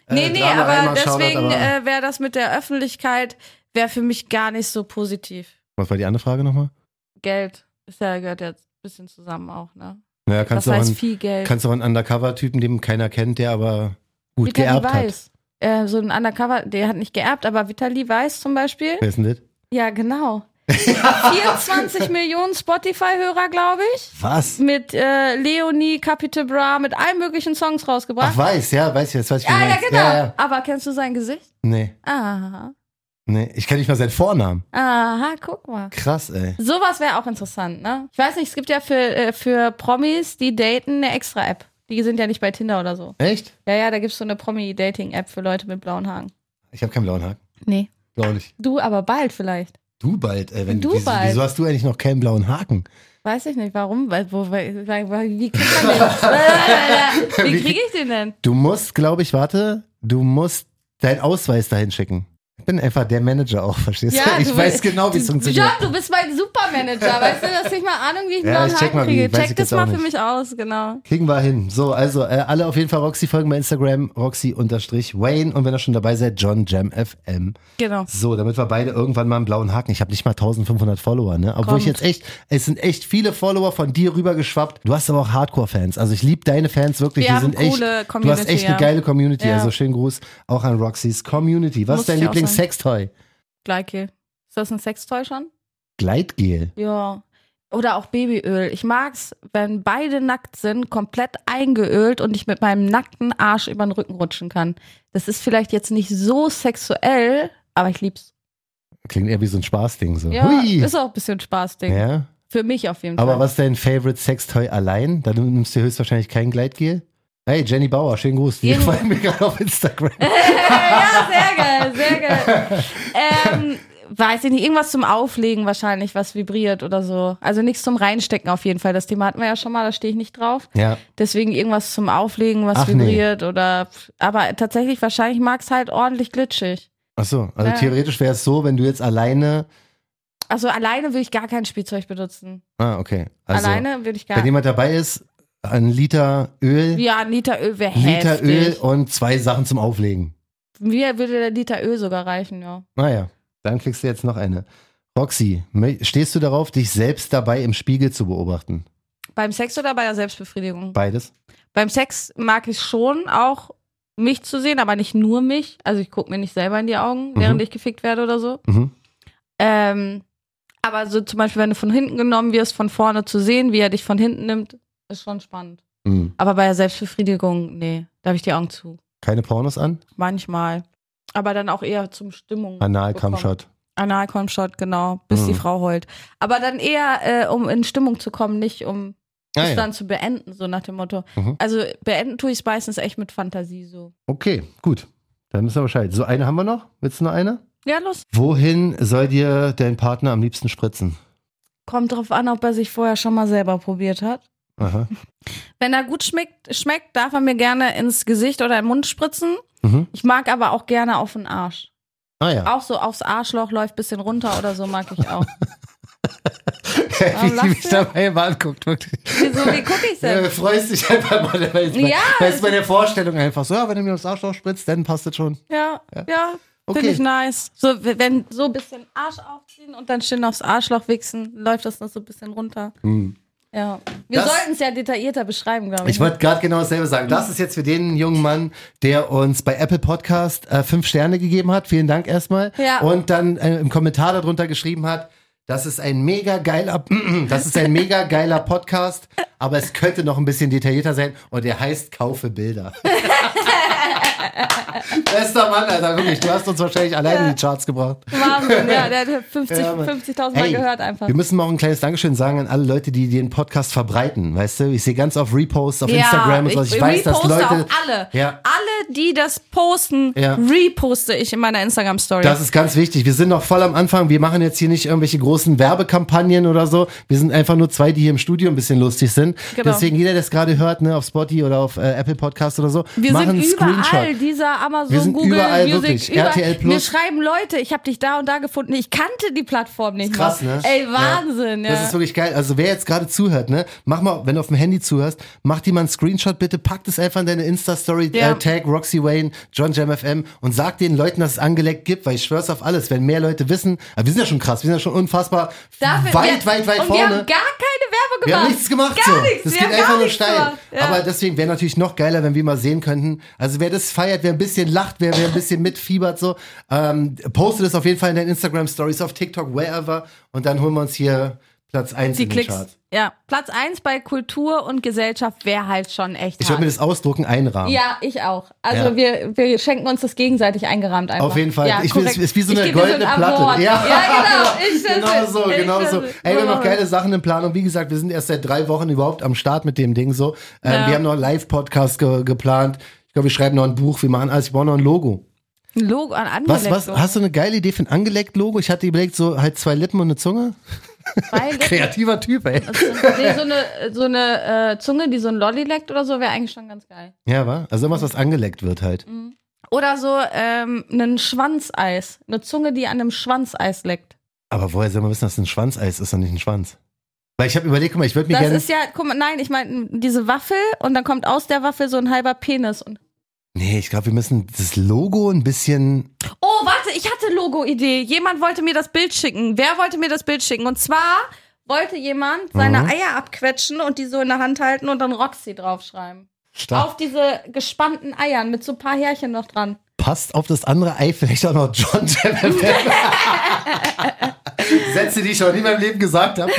Äh, Nee, nee, Drama aber reinmarschaudert, deswegen aber- äh, wäre das mit der Öffentlichkeit, wäre für mich gar nicht so positiv. Was war die andere Frage nochmal? Geld ist ja, gehört ja ein bisschen zusammen auch, ne? Ja, kannst du das auch heißt einen- viel Geld. Kannst du auch einen Undercover-Typen, den keiner kennt, der aber gut Vitali geerbt hat. Weiß. Äh, so ein Undercover, der hat nicht geerbt, aber Vitali Weiß zum Beispiel. Wer ist denn das? Ja, genau. 24 Millionen Spotify-Hörer, glaube ich. Was? Mit äh, Leonie, Capital Bra, mit allen möglichen Songs Ach, rausgebracht. weiß, ja, weiß ich, jetzt weiß ich, wie ja, du ja, meinst. genau. Ja, ja. Aber kennst du sein Gesicht? Nee, Aha. nee, ich kenne nicht mal seinen Vornamen. Aha, guck mal. Krass, ey. Sowas wäre auch interessant, ne? Ich weiß nicht, es gibt ja für, äh, für Promis, die daten, eine extra App. Die sind ja nicht bei Tinder oder so. Echt? Ja, ja, da gibt's so eine Promi-Dating-App für Leute mit blauen Haaren. Ich habe keinen blauen Haken, Nee. glaube ich. Du aber bald vielleicht. Du bald, ey. Wenn, Du wieso, bald. Wieso hast du eigentlich noch keinen blauen Haken? Weiß ich nicht, warum. Weil, wo, weil, weil, weil- wie kriegt man den? wie kriege ich den denn? Du musst, glaube ich, warte, du musst deinen Ausweis dahin schicken. Ich bin einfach der Manager auch, verstehst Ja, du? Ich du- weiß genau, wie es John, funktioniert. du bist mein Supermanager. Weißt du, du hast nicht mal Ahnung, wie ich einen Ja, blauen ich check Haken mal, wie, kriege. weiß ich Check das jetzt auch mal für nicht. mich aus, genau. Kriegen wir hin. So, also äh, alle auf jeden Fall Roxy folgen bei Instagram, Roxy-Wayne. Und wenn ihr schon dabei seid, John Jam FM. Genau. So, damit wir beide irgendwann mal einen blauen Haken. Ich habe nicht mal 1500 Follower, ne? Obwohl ich Kommt. jetzt echt, es sind echt viele Follower von dir rübergeschwappt. Du hast aber auch Hardcore-Fans. Also ich liebe deine Fans wirklich. Wir Die haben sind echt, coole du hast echt Community, eine ja. geile Community. Ja. Also schönen Gruß auch an Roxys Community. Was Muss ist dein ich auch Lieblings-Sextoy? Gleiche. Ist das ein Sextoy schon? Gleitgel. Ja. Oder auch Babyöl. Ich mag's, wenn beide nackt sind, komplett eingeölt und ich mit meinem nackten Arsch über den Rücken rutschen kann. Das ist vielleicht jetzt nicht so sexuell, aber ich lieb's. Klingt eher wie so ein Spaßding so. Ja, Hui. ist auch ein bisschen Spaßding. ja. Für mich auf jeden Aber Fall. was ist dein Favorite Sextoy allein? Da nimmst du höchstwahrscheinlich kein Gleitgel. Hey, Jenny Bauer, schönen Gruß. Die Jenny- folgen mir gerade auf Instagram. ja, sehr geil, sehr geil. ähm, weiß ich nicht, irgendwas zum Auflegen wahrscheinlich, was vibriert oder so. Also nichts zum Reinstecken auf jeden Fall. Das Thema hatten wir ja schon mal, da stehe ich nicht drauf. ja. Deswegen irgendwas zum Auflegen, was Ach, nee. vibriert oder. Aber tatsächlich, wahrscheinlich mag's halt ordentlich glitschig. Ach so, also Ja. theoretisch wäre es so, wenn du jetzt alleine. Also alleine will ich gar kein Spielzeug benutzen. Ah, okay. Also, alleine will ich gar Wenn jemand dabei ist, ein Liter Öl, Ja, ein Liter Öl wäre ein Liter heftig. Öl und zwei Sachen zum Auflegen. Mir würde der Liter Öl sogar reichen, ja. Naja, dann kriegst du jetzt noch eine. Roxy, mö- stehst du darauf, dich selbst dabei im Spiegel zu beobachten? Beim Sex oder bei der Selbstbefriedigung? Beides? Beim Sex mag ich schon auch mich zu sehen, aber nicht nur mich. Also ich gucke mir nicht selber in die Augen, während ich gefickt werde oder so. Mhm. Ähm, aber so zum Beispiel, wenn du von hinten genommen wirst, von vorne zu sehen, wie er dich von hinten nimmt, ist schon spannend. Mhm. Aber bei der Selbstbefriedigung, nee, da habe ich die Augen zu. Keine Pornos an? Manchmal. Aber dann auch eher zum Stimmung. Anal bekommen. Kamshot. Analkornshot, genau, bis Mhm. die Frau heult. Aber dann eher, äh, um in Stimmung zu kommen, nicht um Ah, es ja. dann zu beenden, so nach dem Motto. Mhm. Also beenden tue ich es meistens echt mit Fantasie so. Okay, gut. Dann wissen wir Bescheid. So, eine haben wir noch? Willst du noch eine? Ja, los. Wohin soll dir dein Partner am liebsten spritzen? Kommt drauf an, ob er sich vorher schon mal selber probiert hat. Aha. Wenn er gut schmeckt, schmeckt, darf er mir gerne ins Gesicht oder im Mund spritzen. Mhm. Ich mag aber auch gerne auf den Arsch. Ah ja. Auch so aufs Arschloch läuft bisschen runter oder so mag ich auch. Wie sie lachst mich du? dabei mal anguckt, wirklich. Wieso, wie gucke ich Ja, du denn? freust dich einfach mal, weil es bei- Ja, also weil es bei der Vorstellung einfach so, ja, wenn du mir aufs Arschloch spritzt, dann passt das schon. Ja, ja. Finde Okay. ich nice. So, w- wenn so ein bisschen Arsch aufziehen und dann schön aufs Arschloch wichsen, läuft das noch so ein bisschen runter. Ja. Wir Hm. Das- sollten es ja detaillierter beschreiben, glaube ich. Ich wollte gerade genau dasselbe sagen. Das ist jetzt für den jungen Mann, der uns bei Apple Podcast äh, fünf Sterne gegeben hat. Vielen Dank erstmal. Ja. Und dann äh, im Kommentar darunter geschrieben hat, das ist ein mega geiler, das ist ein mega geiler Podcast, aber es könnte noch ein bisschen detaillierter sein. Und der heißt Kaufe Bilder. Bester Mann, Alter, wirklich. Du hast uns wahrscheinlich alleine in die Charts gebracht. Wahnsinn, ja, der hat 50 Ja, Mann. 50.000 Mal Ey, gehört einfach. Wir müssen mal auch ein kleines Dankeschön sagen an alle Leute, die den Podcast verbreiten. Weißt du, ich sehe ganz oft Reposts auf Instagram und so. Ich, weiß, dass reposte Leute. auch alle. Ja. Alle, die das posten, Ja. reposte ich in meiner Instagram-Story. Das ist ganz wichtig. Wir sind noch voll am Anfang. Wir machen jetzt hier nicht irgendwelche großen Werbekampagnen oder so. Wir sind einfach nur zwei, die hier im Studio ein bisschen lustig sind. Genau. Deswegen jeder, der es gerade hört, ne, auf Spotify oder auf äh, Apple Podcast oder so, Wir machen sind einen überall, Screenshot. dieser Amazon, Wir sind Google, überall, Music, wirklich. überall. RTL+. Mir schreiben Leute, ich habe dich da und da gefunden. Ich kannte die Plattform nicht. Krass, mal. ne? Ey, Wahnsinn, ja. Das ist wirklich geil. Also wer jetzt gerade zuhört, ne, mach mal, wenn du auf dem Handy zuhörst, mach dir mal einen Screenshot bitte, pack das einfach in deine Insta-Story, Ja. äh, tag Roxy Wayne, John Jam FM und sag den Leuten, dass es angelegt gibt, weil ich schwör's auf alles, wenn mehr Leute wissen, aber wir sind ja schon krass, wir sind ja schon unfassbar Dafür- weit, ja. weit, weit und vorne. Wir haben gar keine Werbung gemacht. Wir haben nichts gemacht. Gar so. nichts. Das wir geht haben einfach gar nur nichts steil. gemacht. Ja. Aber deswegen wäre natürlich noch geiler, wenn wir mal sehen könnten. Also wer das feiert, wer ein bisschen lacht, wer, wer ein bisschen mitfiebert, so, ähm, postet es auf jeden Fall in deinen Instagram-Stories, auf TikTok, wherever. Und dann holen wir uns hier Platz 1 die in den Klicks. Charts. Ja, Platz 1 bei Kultur und Gesellschaft wäre halt schon echt Ich hart. würde mir das ausdrucken, einrahmen. ja, ich auch. Also Ja. wir, wir schenken uns das gegenseitig eingerahmt einfach. Auf jeden Fall. Ja, ich will, es korrekt. ist wie so eine Ich geb dir goldene ein Award. Platte. Ja, genau. Ich genau so, ich genau so. schätze. Ey, wir haben noch Ja. geile Sachen in Planung. Wie gesagt, wir sind erst seit drei Wochen überhaupt am Start mit dem Ding so. Ähm, Ja. Wir haben noch einen Live-Podcast ge geplant. Ich glaube, wir schreiben noch ein Buch, wir machen alles, wir brauchen noch ein Logo. Ein Logo an Was, angelegt. was, so. hast du eine geile Idee für ein Angeleckt-Logo? Ich hatte überlegt, so halt zwei Lippen und eine Zunge. Weil- Kreativer Typ, ey. Nee, so eine, so eine äh, Zunge, die so ein Lolli leckt oder so, wäre eigentlich schon ganz geil. Ja, wa? Also irgendwas, was angeleckt wird halt. Mhm. Oder so ähm, einen Schwanzeis. Eine Zunge, die an einem Schwanzeis leckt. Aber woher soll man wissen, dass es ein Schwanzeis ist und nicht ein Schwanz? Weil ich habe überlegt, guck mal, ich würde mir Das gerne. ist ja, guck mal, nein, ich meine diese Waffel und dann kommt aus der Waffel so ein halber Penis. Und Nee, ich glaube, wir müssen das Logo ein bisschen. oh, warte, ich hatte Logo-Idee. Jemand wollte mir das Bild schicken. Wer wollte mir das Bild schicken? Und zwar wollte jemand seine Mhm. Eier abquetschen und die so in der Hand halten und dann Roxy draufschreiben. Auf Stark. diese gespannten Eiern mit so ein paar Härchen noch dran. Passt auf das andere Ei vielleicht auch noch John Jam. Sätze, die ich noch nie in meinem Leben gesagt habe.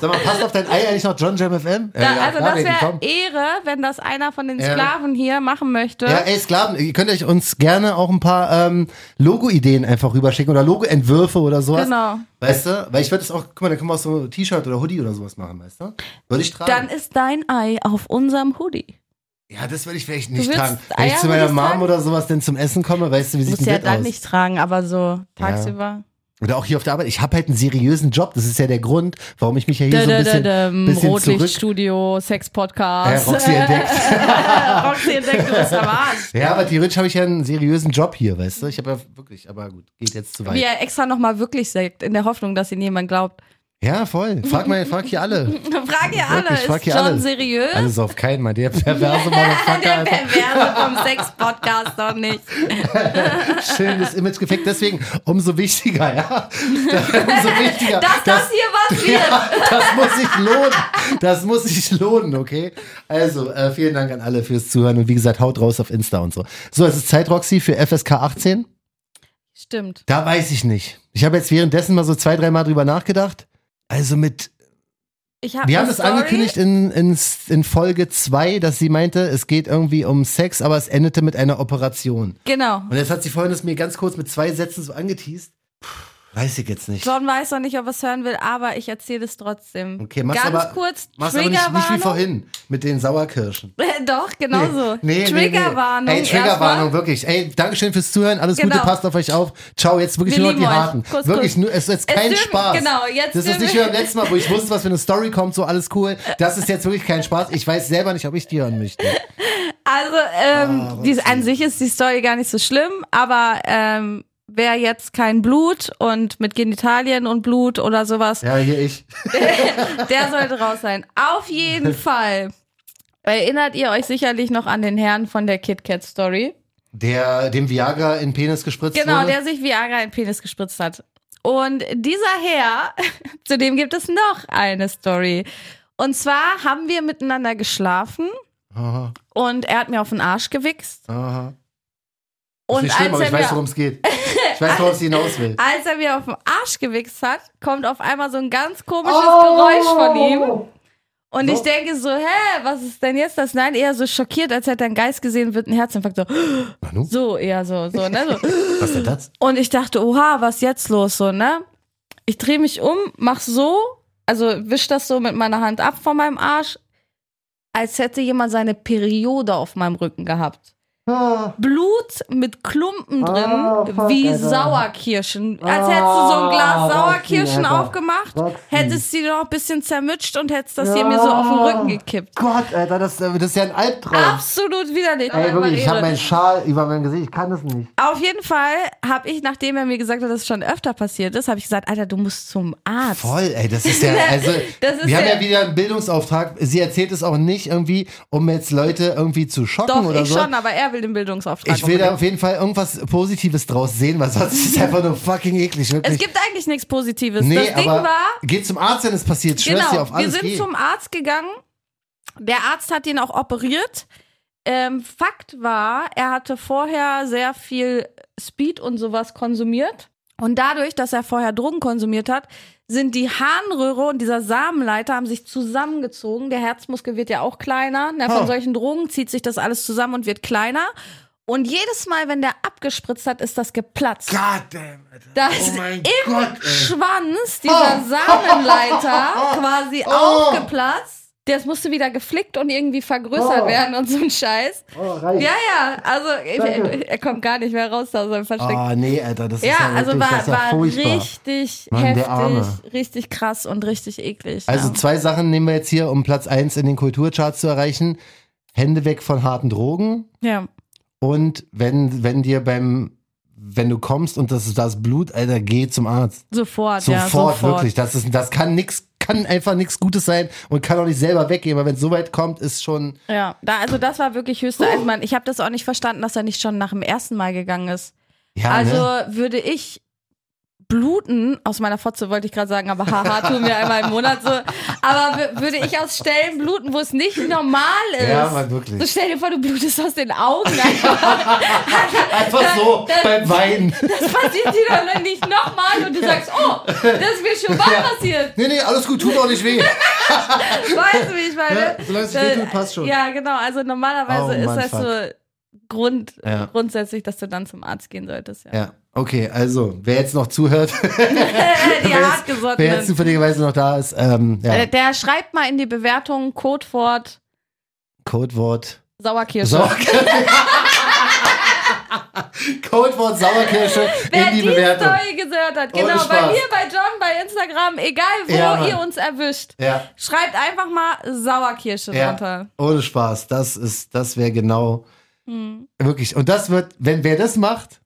Sag mal, passt auf dein Ei eigentlich noch John Jam FM? Da, Äh, ja, also klar, das Baby, komm. wäre Ehre, wenn das einer von den Ja. Sklaven hier machen möchte. Ja, ey, Sklaven, ihr könnt euch uns gerne auch ein paar ähm, Logo-Ideen einfach rüberschicken oder Logo-Entwürfe oder sowas. Genau. Weißt du? Weil ich würde das auch, guck mal, dann können wir auch so ein T-Shirt oder Hoodie oder sowas machen, weißt du? Würde ich tragen. Dann ist dein Ei auf unserem Hoodie. ja, das würde ich vielleicht nicht würdest tragen. Wenn ich Eier zu meiner würdest Mom tragen? oder sowas denn zum Essen komme, weißt du, wie sieht Muss denn ja das dann aus? nicht tragen, aber so tagsüber. Oder auch hier auf der Arbeit. Ich habe halt einen seriösen Job. Das ist ja der Grund, warum ich mich ja hier Da, so da, da, ein bisschen, da, bisschen zurück... Rotlichtstudio, Äh, Sex-Podcast. Roxy entdeckt. Roxy entdeckt, du bist am Arsch. Ja, aber theoretisch habe ich ja einen seriösen Job hier, weißt du? Ich habe ja wirklich, aber gut, geht jetzt zu weit. Wie er extra nochmal wirklich sagt, in der Hoffnung, dass ihn jemand glaubt. Ja, voll. Frag mal, frag hier alle. Frag ihr alle, Wirklich, frag ist hier John alle. seriös? Alles Also auf keinen Mal. Der perverse Motherfucker. Der Alter. Perverse vom Sex-Podcast doch nicht. Schönes Image gefickt. Deswegen umso wichtiger, ja. Umso wichtiger. Dass das hier was wird. ja, das muss sich lohnen. Das muss sich lohnen, okay? Also, äh, vielen Dank an alle fürs Zuhören. Und wie gesagt, haut raus auf Insta und so. So, es ist Zeit, Roxy, für FSK 18. Stimmt. Da weiß ich nicht. Ich habe jetzt währenddessen mal so zwei, dreimal drüber nachgedacht. Also mit Ich hab eine Wir haben das Story. angekündigt in, in, in Folge 2, dass sie meinte, es geht irgendwie um Sex, aber es endete mit einer Operation. Genau. Und jetzt hat sie vorhin das mir ganz kurz mit zwei Sätzen so angeteased. Puh, weiß ich jetzt nicht. John weiß noch nicht, ob er es hören will, aber ich erzähle es trotzdem. Okay, mach's Ganz aber- kurz, Machst aber nicht, nicht wie Triggerwarnung. vorhin mit den Sauerkirschen. Doch, genau so. Triggerwarnung. Ey, Triggerwarnung, erstmal. wirklich. Ey, Dankeschön fürs Zuhören. Alles Genau. Gute, passt auf euch auf. Ciao, jetzt wirklich Wir nur noch die lieben euch. Harten. Kuss, wirklich, Kuss. nur, es ist jetzt Es kein dürfen- Spaß. genau, jetzt das ist dürfen nicht wie beim wir- letzten Mal, wo ich wusste, was für eine Story kommt, so alles cool. Das ist jetzt wirklich kein Spaß. Ich weiß selber nicht, ob ich die hören möchte. Also, Ah, ähm, die, an sich ist die Story gar nicht so schlimm, aber ähm, wer jetzt kein Blut und mit Genitalien und Blut oder sowas, Ja, hier ich. der sollte raus sein. Auf jeden Fall. Erinnert ihr euch sicherlich noch an den Herrn von der KitKat Story? Der dem Viagra in den Penis gespritzt Genau, wurde. der sich Viagra in den Penis gespritzt hat. Und dieser Herr, zu dem gibt es noch eine Story. Und zwar haben wir miteinander geschlafen Aha, und er hat mir auf den Arsch gewichst. aha. ist Und nicht schlimm, aber als, ich er weiß, mir, worum es geht. Ich weiß, worauf sie hinaus will. als er mir auf den Arsch gewichst hat, kommt auf einmal so ein ganz komisches Geräusch von ihm. Und ich So. denke so, hä, was ist denn jetzt das? Nein, eher so schockiert, als hätte er einen Geist gesehen, wird ein Herzinfarkt. So, Manu, so eher so, so, ne? So. was ist denn das? Und ich dachte, oha, was jetzt los, so, ne? Ich drehe mich um, mach so, also wisch das so mit meiner Hand ab von meinem Arsch, als hätte jemand seine Periode auf meinem Rücken gehabt. Ah, Blut mit Klumpen drin, Oh, fuck, wie Alter. Sauerkirschen. Als Ah, hättest du so ein Glas Roxy, Sauerkirschen Alter. aufgemacht, Roxy. hättest sie noch ein bisschen zermütscht und hättest das hier mir so auf den Rücken gekippt. Gott, Alter, das, äh, das ist ja ein Albtraum. Absolut widerlich. Ey, wirklich, ich Marielle. habe meinen Schal über mein Gesicht, ich kann das nicht. Auf jeden Fall habe ich, nachdem er mir gesagt hat, dass es schon öfter passiert ist, habe ich gesagt, Alter, du musst zum Arzt. Voll, ey, das ist ja, also, Das ist wir haben ja- ja wieder einen Bildungsauftrag. Sie erzählt es auch nicht irgendwie, um jetzt Leute irgendwie zu schocken Doch, oder ich so. schon, aber er will den Bildungsauftrag. Ich will da unbedingt. auf jeden Fall irgendwas Positives draus sehen, weil sonst ist es einfach nur fucking eklig, es wirklich. gibt eigentlich nichts Positives. nee, das Ding aber war, geht zum Arzt, wenn es passiert. Ich Schwör's dir auf genau, wir alles. sind geht. zum Arzt gegangen. Der Arzt hat ihn auch operiert. Ähm, Fakt war, er hatte vorher sehr viel Speed und sowas konsumiert. Und dadurch, dass er vorher Drogen konsumiert hat, sind die Harnröhre und dieser Samenleiter haben sich zusammengezogen. Der Herzmuskel wird ja auch kleiner. Na, von Oh. solchen Drogen zieht sich das alles zusammen und wird kleiner. Und jedes Mal, wenn der abgespritzt hat, ist das geplatzt. Goddamn, Alter. dass Oh mein im Gott, ey. Schwanz Oh. dieser Samenleiter quasi aufgeplatzt. Das musste wieder geflickt und irgendwie vergrößert werden und so ein Scheiß. Oh, reicht. Ja, ja, also er, er kommt gar nicht mehr raus da aus seinem Versteck. Ah, nee, Alter, das ja, ist ja also wirklich, war, das ist ja war furchtbar. richtig Mann, der Arme. heftig, richtig krass und richtig eklig. Also ja. zwei Sachen nehmen wir jetzt hier, um Platz 1 in den Kulturcharts zu erreichen. Hände weg von harten Drogen. ja. Und wenn, wenn dir beim, wenn du kommst und das, das Blut, Alter, geh zum Arzt. Sofort, Sofort, ja, sofort. wirklich. Das, ist, das kann nix, kann einfach nichts Gutes sein und kann auch nicht selber weggehen, weil wenn es so weit kommt, ist schon. Ja, da, also das war wirklich höchste Eisenbahn. Ich habe das auch nicht verstanden, dass er nicht schon nach dem ersten Mal gegangen ist. Ja, Also ne? würde ich bluten, aus meiner Fotze wollte ich gerade sagen, aber haha, tun wir einmal im Monat so. Aber wü- würde ich aus Stellen bluten, wo es nicht normal ist. Ja, mal So wirklich. stell dir vor, du blutest aus den Augen. Einfach. Einfach so dann- beim Weinen. Das passiert dir doch noch nicht nochmal und du sagst, oh, das ist mir schon mal passiert. Nee, nee, alles gut, tut auch nicht weh. Weißt du, wie ich meine? Ja, solange es nicht wehtut, passt schon. Ja, genau. Also normalerweise Oh, ist Mann, das fuck. so Grund, Ja. grundsätzlich, dass du dann zum Arzt gehen solltest. Ja. Äh, Ja, okay, also, wer jetzt noch zuhört, Die Wer jetzt- wer hartgesottenen. jetzt zufälligerweise noch da ist, ähm, ja, Äh, Der schreibt mal in die Bewertung Codewort Codewort. Sauerkirsche. Sauerkirsche. Codewort Sauerkirsche Wer in die die Bewertung. Story gehört hat, Ohne genau, bei Spaß. mir, bei John, bei Instagram, egal wo Ja, Mann. ihr uns erwischt, Ja, schreibt einfach mal Sauerkirsche ja. drunter. Ohne Spaß. Das ist, das wäre genau. Hm. Wirklich. Und das wird, wenn wer das macht,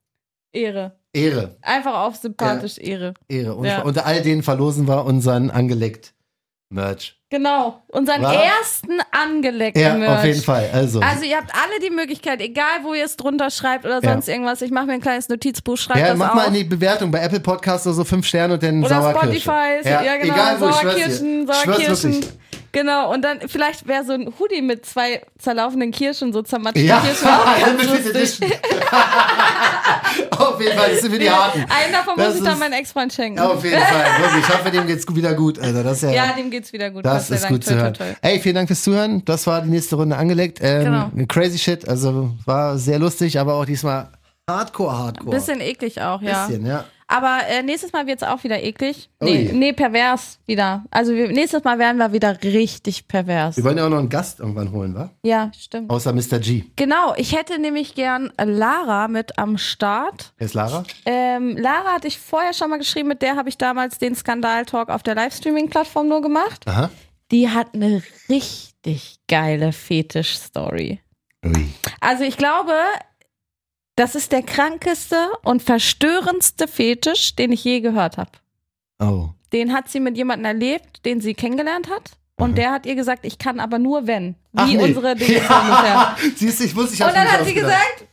Ehre. Ehre. Einfach auf sympathisch Ehre. Ehre. Und Ja. unter all denen verlosen wir unseren angeleckt Merch. Genau. Unseren Was? ersten angeleckten Ja, Merch. auf jeden Fall. Also. Also ihr habt alle die Möglichkeit, egal wo ihr es drunter schreibt oder Ja. sonst irgendwas. Ich mache mir ein kleines Notizbuch, schreibt ja, das mach auf. mal in die Bewertung bei Apple Podcasts oder so fünf Sterne und dann Oder Sauerkirsche. Spotify, ja, genau, egal wo, ich schwör's dir. Sauerkirschen, Ich schwör's Sauerkirschen. wirklich. Genau, und dann vielleicht wäre so ein Hoodie mit zwei zerlaufenden Kirschen, so zermatschten Ja, Kirschen. auch ganz Limited lustig. Edition. Auf jeden Fall, das sind wir die Harten. Einen davon Das muss ich dann ist- Oh, meinen Ex-Freund schenken. Auf jeden Fall. Wirklich, ich hoffe, dem geht's wieder gut, Alter. Das ist ja, Ja, dem geht's wieder gut. Gott das sei ist Dank. gut Toi, zu hören. toi, toi. Ey, vielen Dank fürs Zuhören. Das war die nächste Runde angelegt. Ähm, Genau. Crazy Shit, also war sehr lustig, aber auch diesmal Hardcore, Hardcore. Bisschen eklig auch, ja. Bisschen, ja. Aber äh, nächstes Mal wird's auch wieder eklig. Ui. Nee, nee, pervers wieder. Also wir, nächstes Mal werden wir wieder richtig pervers. Wir wollen ja auch noch einen Gast irgendwann holen, wa? Ja, stimmt. Außer Mr. G. Genau, ich hätte nämlich gern Lara mit am Start. Wer ist Lara? Ähm, Lara hatte ich vorher schon mal geschrieben, mit der habe ich damals den Skandal-Talk auf der Livestreaming-Plattform nur gemacht. Aha. Die hat eine richtig geile Fetisch-Story. Ui. Also ich glaube, das ist der krankeste und verstörendste Fetisch, den ich je gehört habe. Oh. Den hat sie mit jemandem erlebt, den sie kennengelernt hat. Und der hat ihr gesagt, ich kann aber nur wenn. Wie Ach, nee. unsere Dinge ja. Siehst du, ich wusste, ich hab's Und dann mir nicht hat sie ausgedacht. gesagt,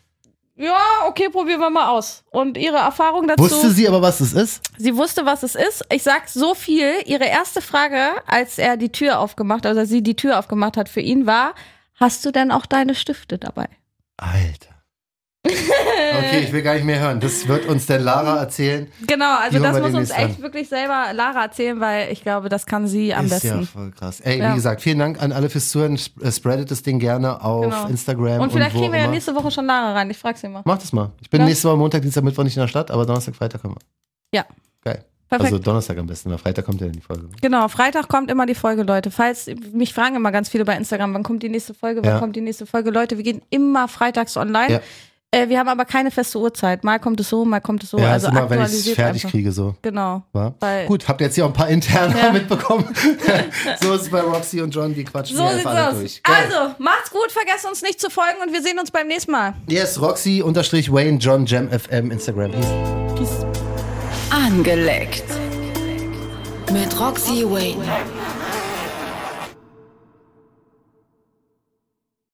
ja, okay, probieren wir mal aus. Und ihre Erfahrung dazu. Wusste sie aber, was es ist? Sie wusste, was es ist. Ich sag so viel. Ihre erste Frage, als er die Tür aufgemacht, also als sie die Tür aufgemacht hat für ihn, war: Hast du denn auch deine Stifte dabei? Alter. okay, ich will gar nicht mehr hören. Das wird uns denn Lara erzählen. Genau, also Die holen das wir muss uns demnächst echt an. wirklich selber Lara erzählen, weil ich glaube, das kann sie am ist ja besten. voll krass. Ey, Ja. wie gesagt, vielen Dank an alle fürs Zuhören. Sp- äh, Spreadet das Ding gerne auf Genau. Instagram. Und vielleicht wo kriegen wir ja immer. nächste Woche schon Lara rein. Ich frag sie mal. Mach das mal. Ich bin Ja. nächste Woche Montag, Dienstag, Mittwoch nicht in der Stadt, aber Donnerstag, Freitag kommen wir. Ja. Geil. Perfekt. Also Donnerstag am besten, weil Freitag kommt ja dann die Folge. Genau, Freitag kommt immer die Folge, Leute. Falls mich fragen immer ganz viele bei Instagram, wann kommt die nächste Folge, wann Ja. kommt die nächste Folge, Leute, wir gehen immer freitags online. Ja. Äh, wir haben aber keine feste Uhrzeit. Mal kommt es so, mal kommt es so. ja, also ist immer, wenn ich es aktualisiert fertig einfach. kriege, so. Genau. Wa? Weil- Gut, habt ihr jetzt hier auch ein paar interne Ja. mitbekommen. so ist es bei Roxy und John, die quatschen So hier sieht's einfach alle aus. durch. Geil. Also, macht's gut, vergesst uns nicht zu folgen und wir sehen uns beim nächsten Mal. Yes, Roxy unterstrich Wayne John Jam FM Instagram. Peace. Angeleckt. Mit Roxy Wayne.